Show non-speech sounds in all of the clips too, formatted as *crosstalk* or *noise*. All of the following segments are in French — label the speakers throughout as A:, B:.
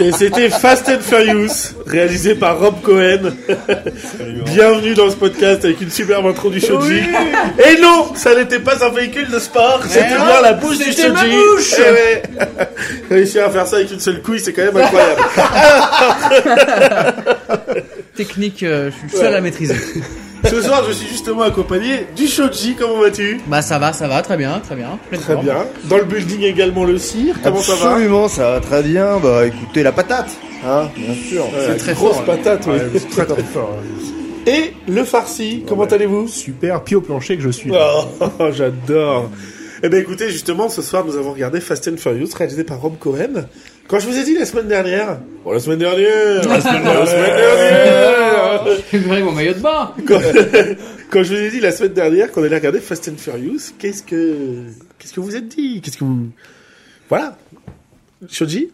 A: Et c'était Fast and Furious, réalisé par Rob Cohen. Bienvenue dans ce podcast avec une superbe intro du Shoji. Et non, ça n'était pas un véhicule de sport, c'était
B: Eh non,
A: bien la bouche du
B: c'était
A: Shoji.
B: ma bouche.
A: Eh ouais. Réussir à faire ça avec une seule couille, c'est quand même incroyable.
B: Technique, euh, je suis le seul à maîtriser.
A: Ce soir, je suis justement accompagné du Shoji. Comment vas-tu
B: Bah ça va, ça va, très bien, très bien. pleine
A: Très
B: forme.
A: bien. Dans le building également le cire. Comment ça va
C: Absolument, ça va très bien. Bah écoutez, la patate, hein, bien sûr.
A: Ouais,
B: très
A: grosse
B: fort, là.
A: patate, ouais.
D: Très très fort.
A: Et le farci, comment allez-vous
D: Super, pied au plancher que je suis.
A: Oh, *laughs* j'adore. Eh bien, écoutez, justement, ce soir, nous avons regardé Fast and Furious, réalisé par Rob Cohen. Quand je vous ai dit la semaine dernière, bon, la semaine dernière, la semaine dernière, *laughs* la semaine dernière.
B: J'ai *laughs* viré mon maillot de bain.
A: quand, quand *laughs* je vous ai dit la semaine dernière qu'on allait regarder Fast and Furious, qu'est-ce que, qu'est-ce que vous êtes dit Qu'est-ce que vous, voilà, Shoji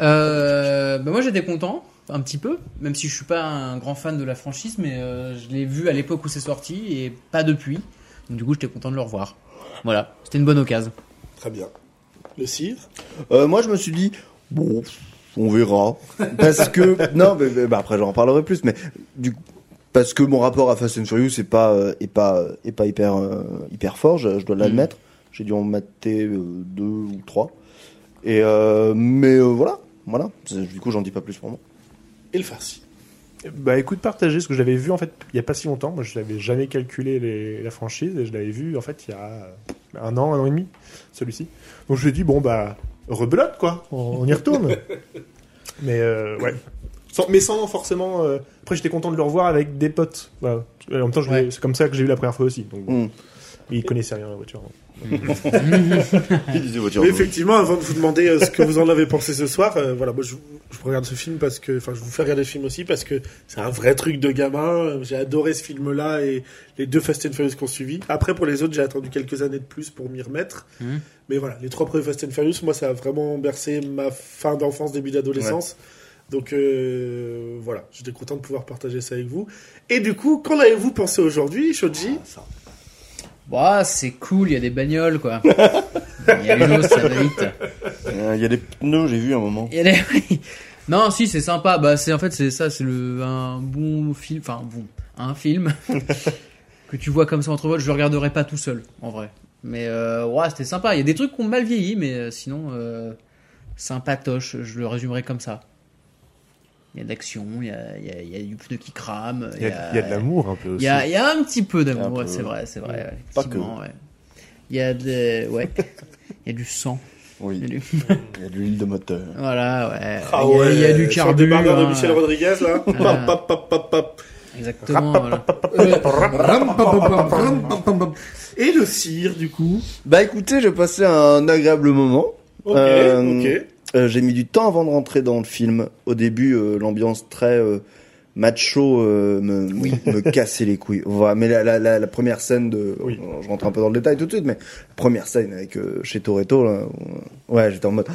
B: Euh, bah moi j'étais content, un petit peu, même si je suis pas un grand fan de la franchise, mais euh, je l'ai vu à l'époque où c'est sorti et pas depuis. Donc du coup j'étais content de le revoir. Voilà, c'était une bonne occasion.
A: Très bien. Le cire
C: Euh, moi, je me suis dit bon, on verra, parce que *laughs* non, mais, mais- bah, après j'en reparlerai plus, mais du coup, parce que mon rapport à Fast and Furious est pas euh, est pas est pas hyper euh, hyper fort, je, je dois l'admettre. J'ai dû en mater euh, deux ou trois, et euh, mais euh, voilà, voilà. C'est- Du coup, j'en dis pas plus pour moi.
A: et le farci.
D: Bah écoute, partager ce que j'avais vu en fait il y a pas si longtemps. Moi je n'avais jamais calculé les- la franchise et je l'avais vu en fait il y a euh, un an, un an et demi, celui-ci. Donc je me suis dit, bon bah rebelote quoi, on, on y *laughs* retourne. mais euh, ouais. Sans, mais sans forcément. euh, Après j'étais content de le revoir avec des potes. Voilà. En même temps, je l'ai- c'est comme ça que j'ai vu la première fois aussi. Donc,
C: Mm.
D: Mais ils connaissaient rien à la voiture.
A: Mais effectivement, avant de vous demander euh, ce que vous en avez pensé ce soir, euh, voilà, moi je, je regarde ce film parce que, enfin, je vous fais regarder ce film aussi parce que c'est un vrai truc de gamin. Euh, J'ai adoré ce film-là et les deux Fast and Furious qu'on suivi. Après, pour les autres, j'ai attendu quelques années de plus pour m'y remettre.
B: Mhm.
A: Mais voilà, les trois premiers Fast and Furious, moi, ça a vraiment bercé ma fin d'enfance, début d'adolescence. Donc euh, voilà, j'étais content de pouvoir partager ça avec vous. Et du coup, qu'en avez-vous pensé aujourd'hui, Shoji
B: Ah, Bah c'est cool, il y a des bagnoles quoi. Il y a les os, ça va vite.
C: Euh, Il y a des pneus, j'ai vu un moment.
B: Et elle est- oui. Non, si, c'est sympa. Bah, c'est en fait, c'est ça, c'est le un bon film, enfin bon, un *laughs* film que tu vois comme ça entre vols. Je le regarderai pas tout seul, en vrai. Mais euh, ouais, c'était sympa. Il y a des trucs qui ont mal vieilli, mais euh, sinon, euh, sympatoche. Je le résumerai comme ça. Il y a de l'action, il y a, il y a- il y a du pneu qui crame.
D: Il y a, il y a de l'amour un peu
B: euh, Il
D: aussi.
B: y a, il y a un petit peu d'amour,
C: Un
B: ouais,
C: peu.
B: c'est vrai, c'est vrai. ouais,
C: Pas que.
B: effectivement, ouais. Il y a de, ouais, il y a du sang.
C: Oui,
B: Il y a
C: *laughs*
B: du-
C: il y a de l'huile de moteur.
B: Voilà, Ah ouais. il, y a, il y a du hein.
A: sur
B: carburant.
A: Ah le débardeur de Michel Rodriguez là. Pap, pap, pap, pap, pap.
B: Exactement. voilà.
A: Et le cire, du coup
C: Bah écoutez, j'ai passé un agréable moment.
A: Ok,
C: Euh,
A: ok.
C: Euh, j'ai mis du temps avant de rentrer dans le film. Au début, euh, l'ambiance très euh, macho euh, me, me-
D: *laughs*
C: me cassait les couilles. Voilà. Mais la, la, la, la première scène de...
D: Oui.
C: Je rentre un peu dans le détail tout de suite, mais la première scène avec euh, chez Toretto, là, où- ouais, j'étais en mode...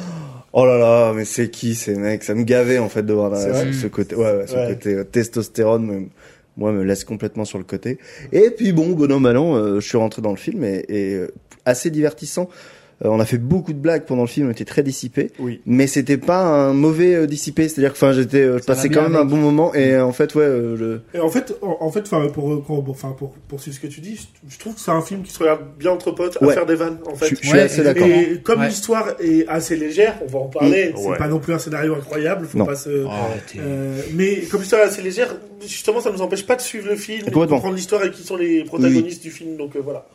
C: Oh là là, mais c'est qui ces mecs Ça me gavait en fait de voir là,
D: C'est vrai
C: ce, ce côté, ouais, ouais, ce
D: Ouais.
C: côté euh, testostérone. me- moi, me laisse complètement sur le côté. Et puis bon, bonhomme à l'an, euh, je suis rentré dans le film et, et, euh, assez divertissant. Euh, on a fait beaucoup de blagues pendant le film, on était très dissipé,
D: Oui.
C: mais c'était pas un mauvais euh, dissipé. C'est-à-dire que, enfin, j'étais, euh, je
B: Ça va
C: passais
B: bien
C: quand même un
B: avec.
C: bon moment et euh, en fait, ouais, euh, je-
A: Et en fait, en, en fait, enfin, pour, pour, pour- enfin, pour, poursuivre ce que tu dis, je, je trouve que c'est un film qui se regarde bien entre potes, à
C: Ouais.
A: faire des vannes, en
C: je,
A: fait.
C: je suis
B: Ouais,
C: assez
B: et-
C: d'accord. Mm.
A: Et comme
B: Ouais.
A: l'histoire est assez légère, on va en parler, c'est
D: Ouais.
A: pas non plus un scénario incroyable, faut
C: Non. Ah,
A: pas se...
B: Oh, t'es-
A: Euh, mais comme l'histoire est assez légère, justement, ça nous empêche pas de suivre le film, et de
C: Complètement.
A: comprendre l'histoire et qui sont les protagonistes du film, donc euh, voilà.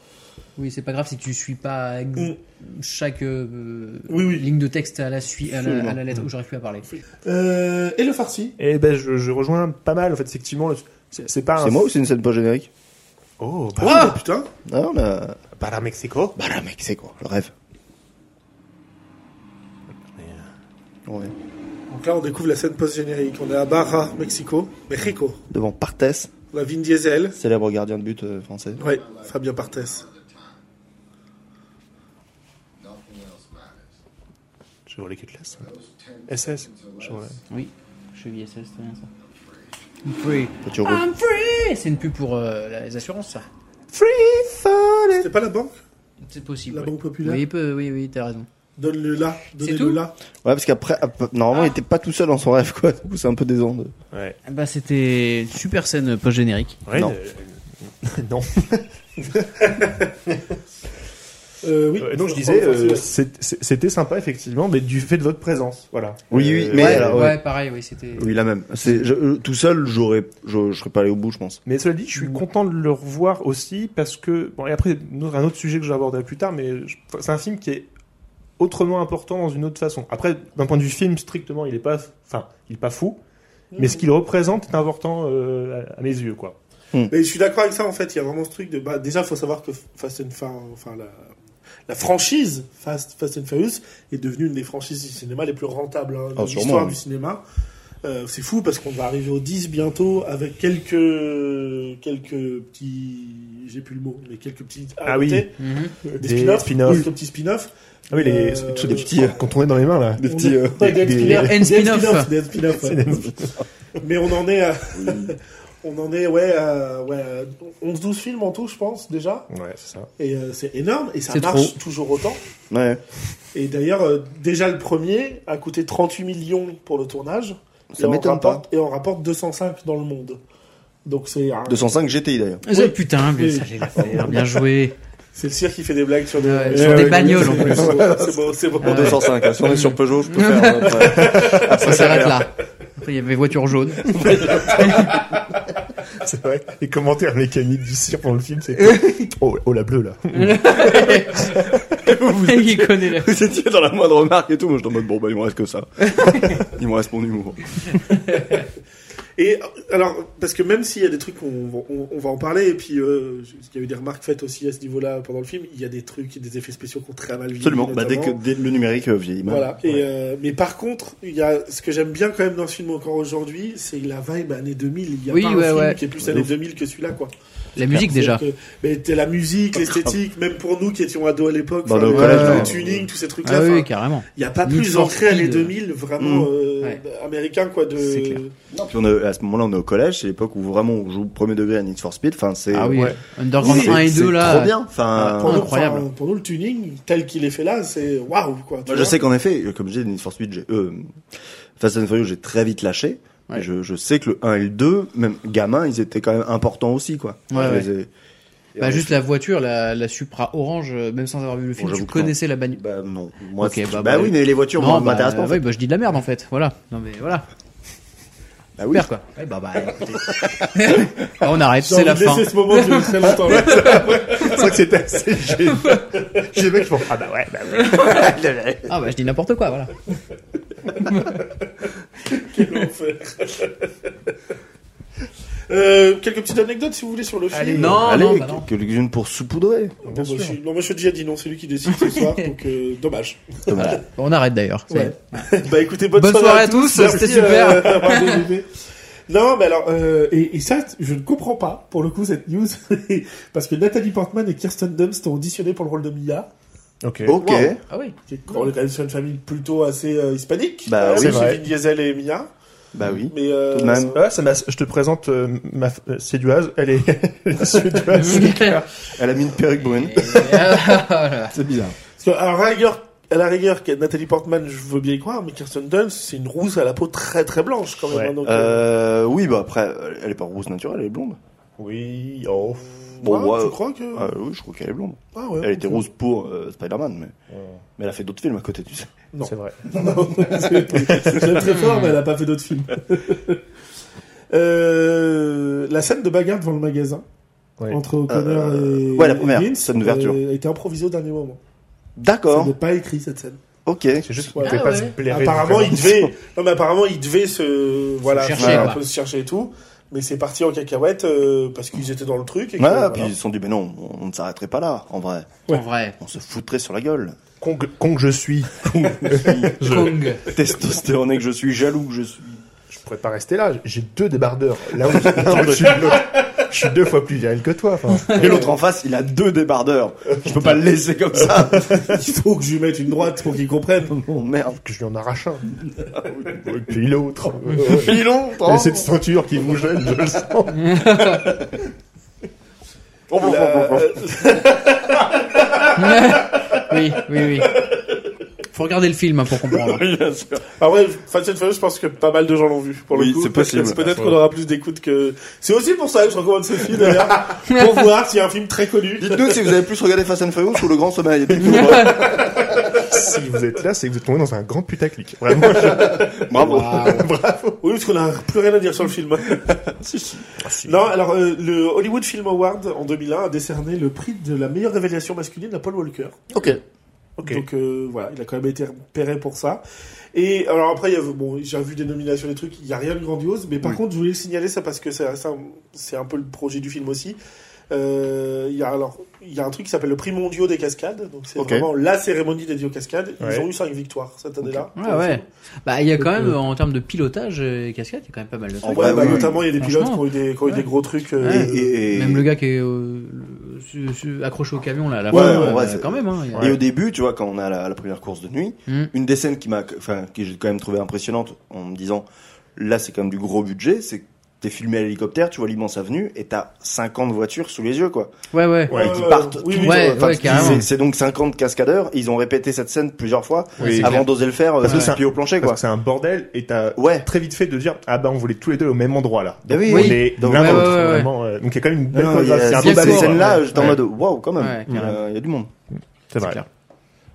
B: Oui, c'est pas grave si tu suis pas ex-
A: Mm.
B: chaque euh,
A: Oui, oui.
B: ligne de texte à la, sui- à la, à la lettre où j'aurais pu à parler.
A: Euh, et le farci
D: Et ben je, je rejoins pas mal en fait effectivement. le- C'est c'est pas. un-
C: C'est moi ou c'est une scène pas générique
D: Oh. bah,
A: Ah, putain
C: Ah, on a.
D: Para Mexico.
C: Bah là, mec, c'est quoi le rêve Ouais.
A: Donc là, on découvre la scène post-générique. On est à Barra, Mexico. Mexico.
C: Devant Partes,
A: On a Vin Diesel.
C: célèbre gardien de but euh, français.
A: Ouais, Fabien Barthez.
D: Je vois les cutlass. SS. hein. Je vois-
B: Oui, cheville SS, c'est bien ça. I'm free.
C: Toi, tu re-
B: I'm free C'est une pub pour euh, les assurances, ça.
D: Free falling.
A: C'était pas la banque
B: C'est possible.
A: La
B: oui.
A: Banque Populaire.
B: Oui, il peut- oui, oui, t'as raison.
A: Donne-le là. Donnez-le
B: tout
A: là.
C: Ouais, parce qu'après, ap- normalement,
B: Ah.
C: il était pas tout seul dans son rêve, quoi. Du coup, c'est un peu décevant. de-
D: Ouais.
B: Bah, c'était une super scène post-générique.
D: Ouais,
C: Non.
D: euh, non.
A: Euh, oui.
D: Euh, non, je
A: Faut
D: disais,
A: relancer
D: euh,
A: la-
D: c'est- c'est- c'était sympa effectivement, mais du fait de votre présence, voilà.
C: Oui,
D: Euh,
C: oui, mais
B: ouais,
C: alors,
B: ouais,
C: ouais.
B: pareil, oui, c'était.
C: Oui, la même. C'est, je- euh, tout seul, j'aurais, je, je serais pas allé au bout, je pense.
D: Mais cela dit, je suis content de le revoir aussi parce que bon et après un autre- un autre sujet que j'aborderai plus tard, mais je- enfin, c'est un film qui est autrement important dans une autre façon. Après, d'un point de vue film strictement, il est pas, enfin, il est pas fou, mais ce qu'il représente est important euh, à à mes yeux, quoi.
A: Mais je suis d'accord avec ça en fait. Il y a vraiment ce truc de bah, déjà, faut savoir que Fast and Fur- enfin la, la franchise Fast, Fast and Furious est devenue une des franchises du cinéma les plus rentables hein, de
C: Ah, sûrement,
A: l'histoire
C: oui.
A: du cinéma. Euh, c'est fou parce qu'on va arriver au 10 bientôt avec quelques quelques petits j'ai plus le mot mais quelques petits
D: Ah oui.
A: arrêtés,
B: Mhm.
A: des,
D: Des
A: spin-offs
D: spin-offs.
A: quelques petits spin-offs
D: Ah oui, les,
A: Euh,
D: tous
A: des
C: petits, euh,
D: qu'on tournait dans les mains là.
C: Des
A: On
C: petits,
A: est-
C: euh,
A: ouais, des
D: des-
A: spin-offs,
B: des-
A: des
B: spin-offs.
A: spin-offs, des spin-offs, ouais. mais on en est à- on en est ouais à- ouais à 11 12 films en tout je pense déjà
D: Ouais, c'est ça.
A: Et euh, c'est énorme, et ça
B: C'est
A: marche toujours autant.
C: Ouais.
A: Et d'ailleurs, euh, déjà le premier a coûté 38 millions pour le tournage.
C: Ça
A: et on
C: m'étonne pas.
A: rapporte- Et on rapporte 205 dans le monde. Donc c'est un-
C: 205 GTI d'ailleurs.
B: Ah, Putain, mais
A: Oui.
B: ça, j'ai la faire. Bien joué.
A: c'est le cirque qui fait des blagues sur des,
B: Ouais, sur des bagnoles, en plus.
A: C'est *laughs* beau, c'est beau, c'est beau.
B: Ah
C: Pour 205, hein. si on est sur Peugeot,
B: *laughs*
C: je peux faire. euh, après. *laughs*
B: Ça s'arrête là. Après, il y avait voiture jaune.
D: *laughs* C'est vrai. Les commentaires mécaniques du cirque dans le film, *laughs* c'est oh, oh la bleue là.
B: il connaît la-
C: Vous étiez dans la moindre remarque et tout. Moi, je suis en mode bon, bah, il me reste
B: *laughs*
C: que ça. il me reste mon humour.
A: Et euh, alors, parce que même s'il y a des trucs, on, on, on va en parler, et puis euh, il y a eu des remarques faites aussi à ce niveau-là pendant le film, il y a des trucs, des effets spéciaux qui ont très mal vieilli.
C: Absolument. Bah, dès que
A: notamment.
C: dès le numérique euh, vieillit. mal.
A: Voilà. Et, euh, mais par contre, il y a ce que j'aime bien quand même dans ce film encore aujourd'hui, c'est la vibe année 2000. Il y a
B: Oui,
A: pas
B: ouais,
A: un film
B: ouais.
A: qui est plus année 2000 que celui-là, quoi.
B: La musique déjà.
A: C'est-à-dire que- mais t'as la musique, l'esthétique, même pour nous qui étions ados à l'époque,
C: Bah,
A: enfin,
C: au
A: le,
C: collège,
A: le
C: là.
A: tuning, tous ces trucs-là.
B: Ah
A: enfin,
B: oui, carrément.
A: Il n'y a pas
B: Need
A: plus
B: for
A: ancré
B: Speed.
A: année 2000 vraiment
C: Mm.
A: euh,
B: Ouais.
A: américain, quoi. De...
B: C'est clair.
C: Puis on est- à ce moment-là, on est au collège. C'est l'époque où vraiment on joue premier degré à Need for Speed. Enfin, c'est.
B: Ah oui,
D: ouais.
B: Underground
C: c'est-
B: 1 et
C: c'est
B: 2 là. Ah,
C: Trop bien. Enfin.
A: Pour, nous,
B: Incroyable.
A: enfin, pour nous, le tuning, tel qu'il est fait là, c'est waouh, quoi. tu
B: Bah,
C: Moi, je
A: vois.
C: sais qu'en effet, euh, comme j'ai Need for Speed, j'ai, euh, Fast and Furious, j'ai très vite lâché.
B: Ouais.
C: Et Je, je sais que le 1 et le 2, même gamin, ils étaient quand même importants aussi, quoi.
B: Ouais,
C: Je
B: ouais.
C: les ai-
B: Bah, juste la voiture, la, la Supra orange, euh, même sans avoir vu le film,
C: Bon,
B: tu
C: Oh, j'avoue que non.
B: connaissais la bagnole.
C: Bah, non. Moi,
B: Ok,
C: c'est-
B: bah,
C: bah,
B: bah,
C: oui,
B: oui.
C: mais les voitures,
B: Non,
C: moi,
B: bah,
C: m'intéressent pas. en
B: ouais,
C: fait.
B: bah, je dis de la merde en fait. Voilà. Non mais voilà.
C: Bah oui.
B: Super quoi.
C: Ouais, bah, bah,
B: *laughs*
C: écoutez.
B: Ah, on arrête,
A: J'ai
B: c'est
A: envie
B: la
A: de
B: fin.
A: laisser ce moment depuis très longtemps.
B: *laughs*
D: c'est vrai que c'était assez génial. J'ai des mecs qui font ah bah ouais, bah ouais.
B: *laughs* Ah bah je dis n'importe quoi, voilà.
A: Quel enfer. Euh, quelques petites anecdotes si vous voulez sur le film.
D: Allez,
B: Non, non,
C: Allez,
B: bah non.
C: quelques-unes pour saupoudrer.
A: Bon, moi, je, suis- non, moi, je suis déjà dit non, c'est lui qui décide ce *laughs* soir, donc euh, dommage.
B: Voilà. Bon, On arrête d'ailleurs. c'est-
A: Ouais. *laughs* bah écoutez, bonne,
B: Bonne soirée à tous,
A: Merci,
B: c'était super.
A: euh, *laughs*
B: *laughs*
A: d'avoir débriefé. non, mais alors, euh, et, et ça, je ne comprends pas, pour le coup, cette news, *laughs* parce que Nathalie Portman et Kirsten Dunst ont auditionné pour le rôle de Mia,
D: Ok.
C: Ok.
A: Wow.
B: Ah oui.
A: qui est quand même sur une famille plutôt assez euh, hispanique.
C: Bah
A: Euh,
C: oui,
A: c'est
D: vrai.
A: Vin Diesel et Mia.
C: Bah oui.
A: Mais, euh,
C: Tout de même.
D: Ah, ça m'a- je te présente euh, ma f- euh, séduise. Elle est *laughs* séduise.
C: Elle a mis une perruque brune. *laughs*
B: euh, Voilà.
C: C'est bizarre.
A: parce que, à la rigueur, à la rigueur, que Nathalie Portman, je veux bien y croire, mais Kirsten Dunst, c'est une rousse à la peau très très blanche, quand même.
D: Ouais.
A: hein, donc, euh,
C: Euh, oui, bah après, elle est pas rousse naturelle, elle est blonde.
D: Oui, oh.
C: bon,
A: ouais,
C: ouais.
A: euh, tu crois que...
C: Ah oui, je crois qu'elle est blonde.
A: Ah ouais,
C: Elle était
A: ok.
C: rousse pour euh, Spider-Man, mais...
D: Ouais.
C: mais elle a fait d'autres films à côté, tu sais.
A: *laughs* Non.
D: C'est vrai.
A: J'aime très fort, mais elle a pas fait d'autres films. *laughs* Euh, la scène de bagarre devant le magasin
D: Ouais.
A: entre O'Connor
C: Euh,
A: et
C: ouais, la première,
A: et Vince,
C: scène d'ouverture.
A: euh, a été improvisée au dernier moment. Ça
C: D'accord,
A: n'est pas écrit cette scène.
C: ok.
D: C'est juste qu'on
A: Ouais.
D: pouvait
B: Ah
D: pas
B: ouais.
D: se blairer.
A: apparemment,
D: donc,
A: il devait, non, mais apparemment, il devait se, voilà,
B: chercher,
A: faire un
B: quoi.
A: peu se chercher et tout. Mais c'est parti en cacahuète euh, parce qu'ils étaient dans le truc. Et que,
C: Ouais,
A: voilà.
C: puis ils se sont dit, mais non, on on ne s'arrêterait pas là, en vrai.
A: Ouais.
B: En vrai.
C: On se foutrait sur la gueule.
D: Con que, con que je suis. Con que je suis. Je,
B: Kong.
C: Testostéroné que je suis, jaloux que je suis.
D: je pourrais pas rester là. J'ai deux débardeurs. Là où là où je suis, le- je suis deux fois plus viril que toi. enfin.
C: Et l'autre en face, il a deux débardeurs. Je peux pas le laisser comme ça.
A: Il faut que je lui mette une droite pour qu'il comprenne.
C: Oh merde.
D: Que je lui en arrache un. Et puis l'autre.
C: Filon,
D: Et cette ceinture qui vous gêne, je le sens.
A: bah,
C: La-
A: euh,
B: oui, oui, oui. Faut regarder le film hein, pour comprendre.
E: Oui, bien sûr.
A: Ah ouais, Fast and Furious, je pense que pas mal de gens l'ont vu, pour le
E: Oui,
A: coup.
E: c'est
A: parce que
E: possible.
A: Peut-être
E: Ouais.
A: qu'on aura plus d'écoute que... C'est aussi pour ça que je recommande ce film, d'ailleurs, pour voir s'il y a un film très connu.
C: Dites-nous si vous avez plus regardé Fast and Furious ou Le Grand Sommeil. Dites-nous.
D: si vous êtes là, c'est que vous êtes tombé dans un grand putaclic. Vraiment,
C: Bravo.
A: Oui, parce qu'on a plus rien à dire sur le film. Non, alors, euh, le Hollywood Film Award, en 2001, a décerné le prix de la meilleure révélation masculine à Paul Walker.
C: Ok.
D: Ok.
A: Donc euh, voilà, il a quand même été repéré pour ça. Et alors après, il y avait, bon, j'ai vu des nominations, des trucs, il n'y a rien de grandiose, mais par contre, je voulais le signaler ça parce que ça, ça, c'est un peu le projet du film aussi. Euh, Il y, a, alors, il y a un truc qui s'appelle le prix mondial des cascades, donc c'est
C: Ok.
A: vraiment la cérémonie dédiée aux cascades. Ils
D: Ouais.
A: ont eu 5 victoires cette année-là.
B: Ouais, ouais. Bah, il y a quand même, euh, en termes de pilotage et cascade, il y a quand même pas mal de
A: En
B: trucs.
A: vrai,
C: Ouais,
A: bah,
C: Ah oui, oui.
A: notamment, il y a des pilotes qui
B: Franchement.
A: ont eu des, qui ont eu
B: Ouais.
A: des gros trucs. euh,
B: Ouais.
C: Et, et-
B: Même le gars qui est euh, le- su- su- accroché au camion, là, à la
C: Ouais,
B: fin,
C: en
B: euh,
C: vrai, c'est-
B: quand même. Hein, il y a-
C: et au début, tu vois, quand on a la, la première course de nuit,
B: Mm.
C: une des scènes qui m'a, enfin, que j'ai quand même trouvé impressionnante en me disant, là, c'est quand même du gros budget, c'est que t'es filmé à l'hélicoptère, tu vois l'immense avenue, et t'as 50 voitures sous les yeux, quoi.
B: Ouais, ouais.
C: Ouais,
A: Ouais,
C: qui
A: ouais,
C: partent.
A: euh, oui,
C: toutes-
A: oui.
B: Ouais,
C: enfin,
B: ouais,
C: c'est-
B: carrément.
C: c'est- c'est donc 50 cascadeurs, et ils ont répété cette scène plusieurs fois,
B: Oui, c'est
C: avant
B: clair.
C: d'oser le faire, euh,
D: Parce que
C: sur
D: c'est
C: le pied au plancher,
D: Parce
C: quoi.
D: que c'est un bordel et t'as
C: Ouais.
D: très vite fait de dire ah bah on voulait tous les deux au même endroit là.
C: Ah
D: Donc
C: oui,
D: on
B: oui.
D: est
C: Donc,
D: l'un
B: ouais,
D: dans
B: ouais,
D: l'autre
B: ouais, ouais.
D: vraiment. euh, donc il y a quand même une belle
C: Non, il y
D: chorégraphie,
C: a-
D: un
C: Ces
D: peu
B: bordel,
D: balèze.
C: scènes-là,
D: Ouais.
C: j'étais en mode, waouh, quand même.
B: Ouais,
C: Il y a-
B: carrément.
C: il y a du monde.
D: C'est vrai.
B: clair.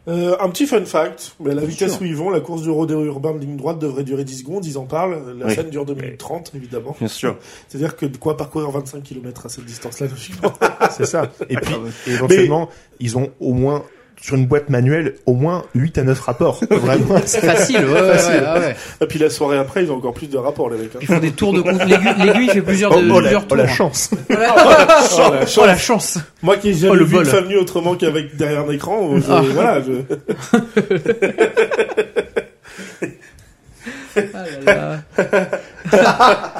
A: Euh, un petit fun fact, mais à la vitesse
C: sûr.
A: où ils vont, la course du rodéo urbain de ligne droite devrait durer 10 secondes, ils en parlent, la
C: Oui.
A: scène dure 2 minutes 30 évidemment.
C: Bien sûr.
A: *laughs* C'est-à-dire que de quoi parcourir 25 km à cette distance-là, logiquement.
D: C'est ça. Et puis
C: Ah
D: et éventuellement ils ont au moins sur une boîte manuelle au moins 8 à
B: *laughs*
D: 9 rapports. Vraiment.
B: C'est facile, ouais, ouais, ouais, ah ouais.
A: Et puis la soirée après, ils ont encore plus de rapports, les mecs. hein.
B: Ils font des tours de compte. L'aiguille, l'aiguille fait plusieurs, de, plusieurs tours. hein.
D: chance.
B: Oh, la chance.
A: Moi qui ai
B: Oh,
A: jamais
B: le
A: vu une
B: vol.
A: femme nue autrement qu'avec derrière un écran, euh, je-
B: Ah.
A: voilà. je-
B: Ah là là.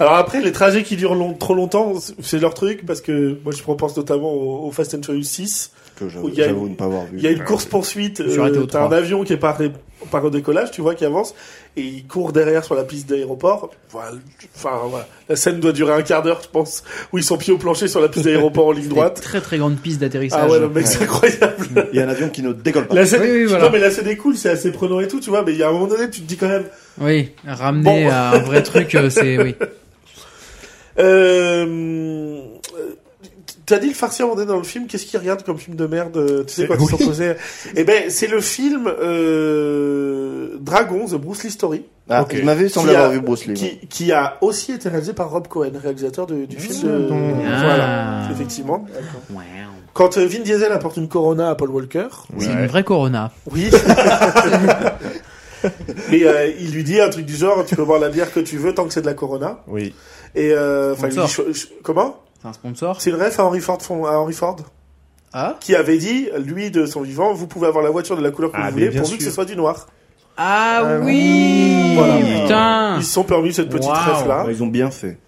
A: Alors après, les trajets qui durent long- trop longtemps, c'est leur truc, parce que moi je pense notamment au, au Fast and Furious 6.
C: Que je-
A: Où il y a
C: j'avoue
A: une-
C: ne pas avoir vu.
A: Il y a une course-poursuite,
B: Euh, Je suis arrêté au
A: euh, t'as un
B: trois.
A: avion qui est par, par au décollage, tu vois, qui avance, et il court derrière sur la piste d'aéroport. Voilà, Enfin, voilà. La scène doit durer un quart d'heure, je pense, où ils sont pieds au plancher sur la piste d'aéroport en ligne
B: Des
A: droite.
B: Très très grande piste d'atterrissage.
A: Ah ouais, le mec, c'est incroyable.
C: Il y a un avion qui ne décolle pas.
A: La scène,
B: Oui, oui,
A: tu-
B: voilà.
A: non, mais la scène est cool, c'est assez prenant et tout, tu vois, mais il y a un moment donné, tu te dis quand même,
B: Oui, ramener
A: Bon.
B: à un vrai truc, euh, c'est oui.
A: euh, euh, t'as dit le farci à un moment donné dans le film, qu'est-ce qu'il regarde comme film de merde, euh, tu sais, quand ils sont posés? Eh ben, c'est le film, euh, Dragon, The Bruce Lee Story,
C: Ah,
D: Ok.
C: Il m'avait semblé
A: Qui a-
C: avoir vu Bruce Lee.
A: qui,
C: ouais.
A: qui a aussi été réalisé par Rob Cohen, réalisateur de- du film. euh,
D: donc.
A: voilà,
B: Ah.
A: effectivement.
B: Wow.
A: Quand euh, Vin Diesel apporte une Corona à Paul Walker,
B: C'est une vraie Corona.
A: *laughs* Oui. Mais euh, il lui dit un truc du genre, tu peux boire la bière que tu veux tant que c'est de la Corona.
D: Oui.
A: Et euh, enfin, il lui dit, cho-
B: Sponsor.
A: cho- comment
B: C'est un sponsor.
A: C'est une ref à Henry Ford, fond- à Henry Ford,
B: Ah
A: qui avait dit, lui de son vivant, vous pouvez avoir la voiture de la couleur que
D: Ah,
A: vous
D: mais
A: voulez,
D: bien
A: pourvu que
D: sûr.
A: ce soit du noir.
B: Ah
D: Ah
B: oui
A: Voilà.
B: Putain
A: Ils se sont permis cette petite
B: Wow.
A: ref là.
C: Ah, Ils ont bien fait.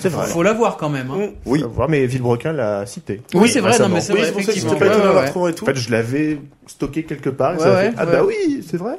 D: C'est vrai.
B: Faut l'avoir quand même. hein.
C: Oui.
D: Faut voir, mais Villebrequin l'a cité.
B: Oui, c'est vrai, non, mais
D: récemment.
B: c'est
A: Mm. Oui,
B: vrai,
A: c'est pour ça que
B: effectivement.
A: j'étais pas étonné
B: Ouais,
A: de la
B: ouais.
A: retrouver et tout.
D: En fait, je l'avais stocké quelque part. et
B: Ouais,
D: ça a
B: ouais,
D: fait, ah
B: ouais.
D: bah oui, c'est vrai.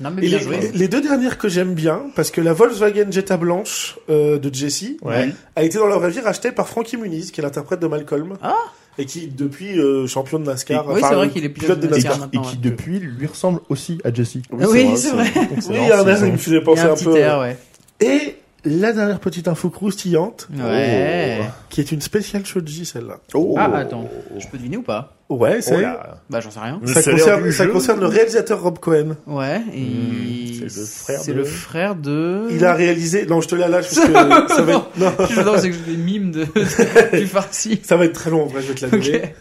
B: Non, mais
A: Et
B: bien
A: les,
B: joué.
A: les deux dernières que j'aime bien, parce que la Volkswagen Jetta blanche euh, de Jesse
D: Ouais.
A: a été dans la vraie vie rachetée par Frankie Muniz, qui est l'interprète de Malcolm,
B: Ah.
A: et qui depuis euh, champion de NASCAR.
B: Oui, c'est vrai qu'il est pilote de
D: Et,
B: NASCAR.
D: qui- et qui depuis lui ressemble aussi à Jesse.
B: Ah *laughs* Oui, c'est vrai.
D: Donc,
A: Oui, il y a un
D: marrant,
A: air
D: c'est-
A: qui me faisait
B: Il y
A: penser
B: a un
A: un
B: petit
A: peu.
B: air, ouais.
A: Et la dernière petite info croustillante,
B: Ouais.
A: qui est une spéciale Shoji, celle-là.
C: Oh.
B: Ah, attends. Je peux deviner ou pas
A: Ouais,
D: Oh
A: c'est.
D: là.
B: Bah, j'en sais rien.
A: ça
D: salaire
A: concerne,
D: du
A: ça
D: jeu.
A: concerne le réalisateur Rob Cohen.
B: Ouais, et.
D: Hmm, c'est le frère
B: c'est
D: de-
B: le frère de.
A: Il
B: *laughs*
A: a réalisé. Non, je te la lâche parce que ça va être. *laughs* Non,
B: J'adore, c'est que j'ai des mimes de... *laughs* du farci.
A: ça va être très long en vrai, je vais te la
B: Ok.
A: donner.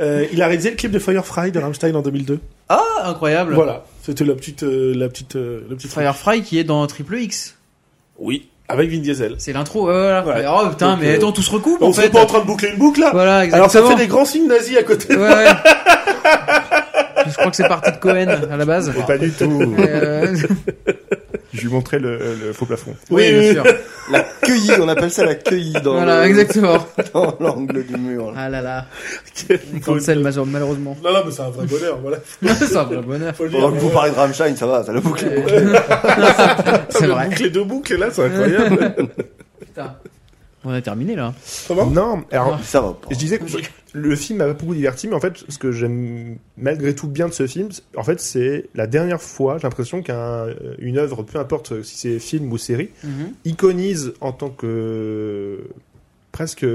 A: Euh, il a réalisé le clip de Firefly de Rammstein en 2002.
B: Ah, incroyable.
A: Voilà, c'était la petite, euh, la petite, euh, le petit
B: Frère Fry qui est dans Triple X.
A: Oui, avec Vin Diesel.
B: C'est l'intro, ouais, voilà.
A: Ouais.
B: Oh putain,
A: Donc,
B: mais
A: euh,
B: attends, tout se recoupe en
A: On
B: fait.
A: n'est pas en train de boucler une boucle là.
B: Voilà, exactement.
A: Alors ça fait des grands signes nazis à côté.
B: Ouais, *laughs* ouais. Je crois que c'est parti de Cohen à la base.
D: Mais pas
B: *laughs*
D: du tout.
B: Euh,
D: Je lui montrais le, le faux plafond.
B: Oui,
A: Oui, oui.
B: bien sûr.
C: *laughs* La cueillie, on appelle ça la cueillie dans
B: Voilà,
A: *laughs*
C: le-
B: exactement.
C: dans l'angle du mur. là.
B: Ah là là. Cancel, major- malheureusement.
A: Non, non, mais c'est un vrai bonheur, voilà.
B: *laughs* c'est un vrai bonheur.
A: Faut le dire.
C: Pendant que vous parlez de Rammstein, ça va, ça le boucle.
B: Euh, *laughs* C'est
A: Le
B: vrai.
A: Boucler deux boucles là, c'est incroyable.
B: Putain. On a terminé là.
A: Ça va
D: Non, alors
C: Ça va pas.
D: je disais que le film m'a beaucoup diverti, mais en fait, ce que j'aime malgré tout bien de ce film, c'est- en fait, c'est la dernière fois, j'ai l'impression qu'une œuvre, peu importe si c'est film ou série,
B: Mm-hmm.
D: iconise en tant que presque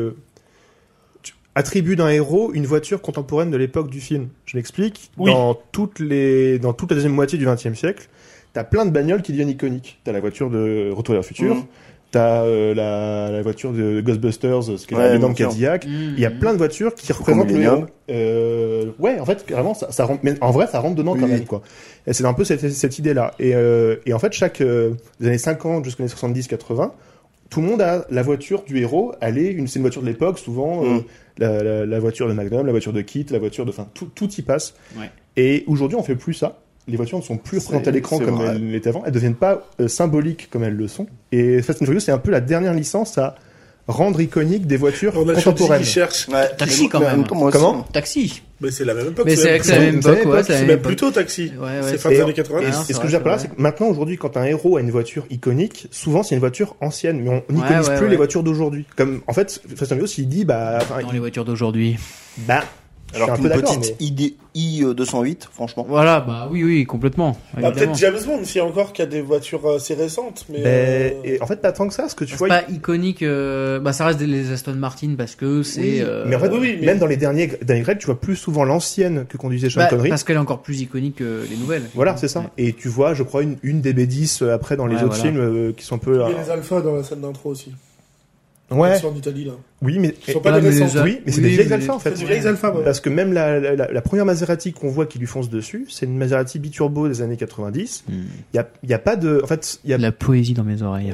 D: tu- attribue d'un héros une voiture contemporaine de l'époque du film. Je m'explique.
A: Oui.
D: Dans toutes les dans toute la deuxième moitié du XXe siècle, t'as plein de bagnoles qui deviennent iconiques. T'as la voiture de Retour vers le futur.
A: Mhm.
D: T'as euh, la, la voiture de Ghostbusters, ce qui est
C: Ouais,
D: un énorme
C: bien sûr. Mhm.
D: Cadillac. Il y a plein de voitures qui représentent le
C: Millennium.
D: héros. Euh, ouais, en fait, vraiment, ça, ça rentre, mais en vrai, ça rentre dedans
C: Oui,
D: quand
C: oui.
D: même, quoi. Et c'est un peu cette, cette idée-là. Et, euh, et en fait, chaque, euh, des années 50 jusqu'aux années 70, 80, tout le monde a la voiture du héros, elle est une, c'est une voiture de l'époque, souvent, euh,
C: Mm.
D: la, la- la voiture de Magnum, la voiture de Kit, la voiture de, enfin, tout, tout y passe.
B: Ouais.
D: Et aujourd'hui, on fait plus ça. Les voitures ne sont plus
C: C'est-
D: représentées à l'écran
C: c'est
D: comme
C: vrai.
D: elles l'étaient avant. Elles ne deviennent pas euh, symboliques comme elles le sont. Et Fast and Furious, c'est un peu la dernière licence à rendre iconique des voitures
A: On a Chaudy
D: contemporaines.
A: qui cherche.
C: Ouais,
B: Taxi,
C: mais-
B: quand
C: mais en
B: même.
C: temps, moi aussi. hein.
D: Comment
B: Taxi.
A: Mais c'est la même époque.
B: Mais c'est
A: même
B: c'est la même
D: c'est
B: époque,
D: la même
B: ouais,
D: époque,
B: c'est la
A: C'est
B: même
A: même
B: époque.
A: plutôt taxi.
B: Ouais, ouais,
A: c'est
B: c'est-
A: fin des
D: Et-
A: années 90.
B: Ah,
D: Et, et
B: c'est
D: ce
B: vrai,
D: que j'appelle là,
B: c'est
D: c'est que maintenant, aujourd'hui, quand un héros a une voiture iconique, souvent c'est une voiture ancienne, mais on on
B: Ouais,
D: n'iconise
B: ouais,
D: plus
B: ouais.
D: les voitures d'aujourd'hui. Comme, en fait, Fast and Furious, il dit, bah, enfin,
B: Dans les voitures d'aujourd'hui.
D: bah,
C: Alors qu'une
D: je suis un peu d'accord,
C: petite ID I208, franchement.
B: Voilà, bah oui, oui, complètement.
A: Bah,
B: évidemment.
A: peut-être James Bond, s'il y a encore qui a des voitures assez récentes. Mais,
D: mais,
B: Ben,
A: euh,
D: et en fait, pas tant que ça, ce que tu vois.
B: C'est pas iconique. euh, Bah, ça reste des- les Aston Martin parce que c'est.
D: il-
B: euh,
D: mais en fait,
A: oui, oui, mais-
D: même dans les derniers, derniers Greg, tu vois plus souvent l'ancienne que conduisait Sean
B: bah,
D: Connery.
B: parce qu'elle est encore plus iconique que les nouvelles.
D: Voilà, c'est ça.
B: Ouais.
D: Et tu vois, je crois, une, une des B10 euh, après dans les
B: Ouais,
D: autres
B: voilà.
D: films euh, qui sont un peu.
A: Il y
B: Ah.
D: euh,
A: a les alphas dans la scène d'intro aussi.
D: Ouais,
A: Ils sont en Italie là.
D: oui, mais.
A: Ils sont pas
B: non,
A: des
B: mais
A: récents.
B: les-
D: Oui, mais c'est
B: Oui,
D: des vieilles
B: mais-
D: alphas en
A: C'est
D: fait.
A: des vieilles alphas, ouais.
D: Parce que même la, la- la- la première Maserati qu'on voit qui lui fonce dessus, c'est une Maserati biturbo des années 90. Il
B: Hmm.
D: y, a, y a pas de. En fait, y a-
B: La poésie dans mes oreilles.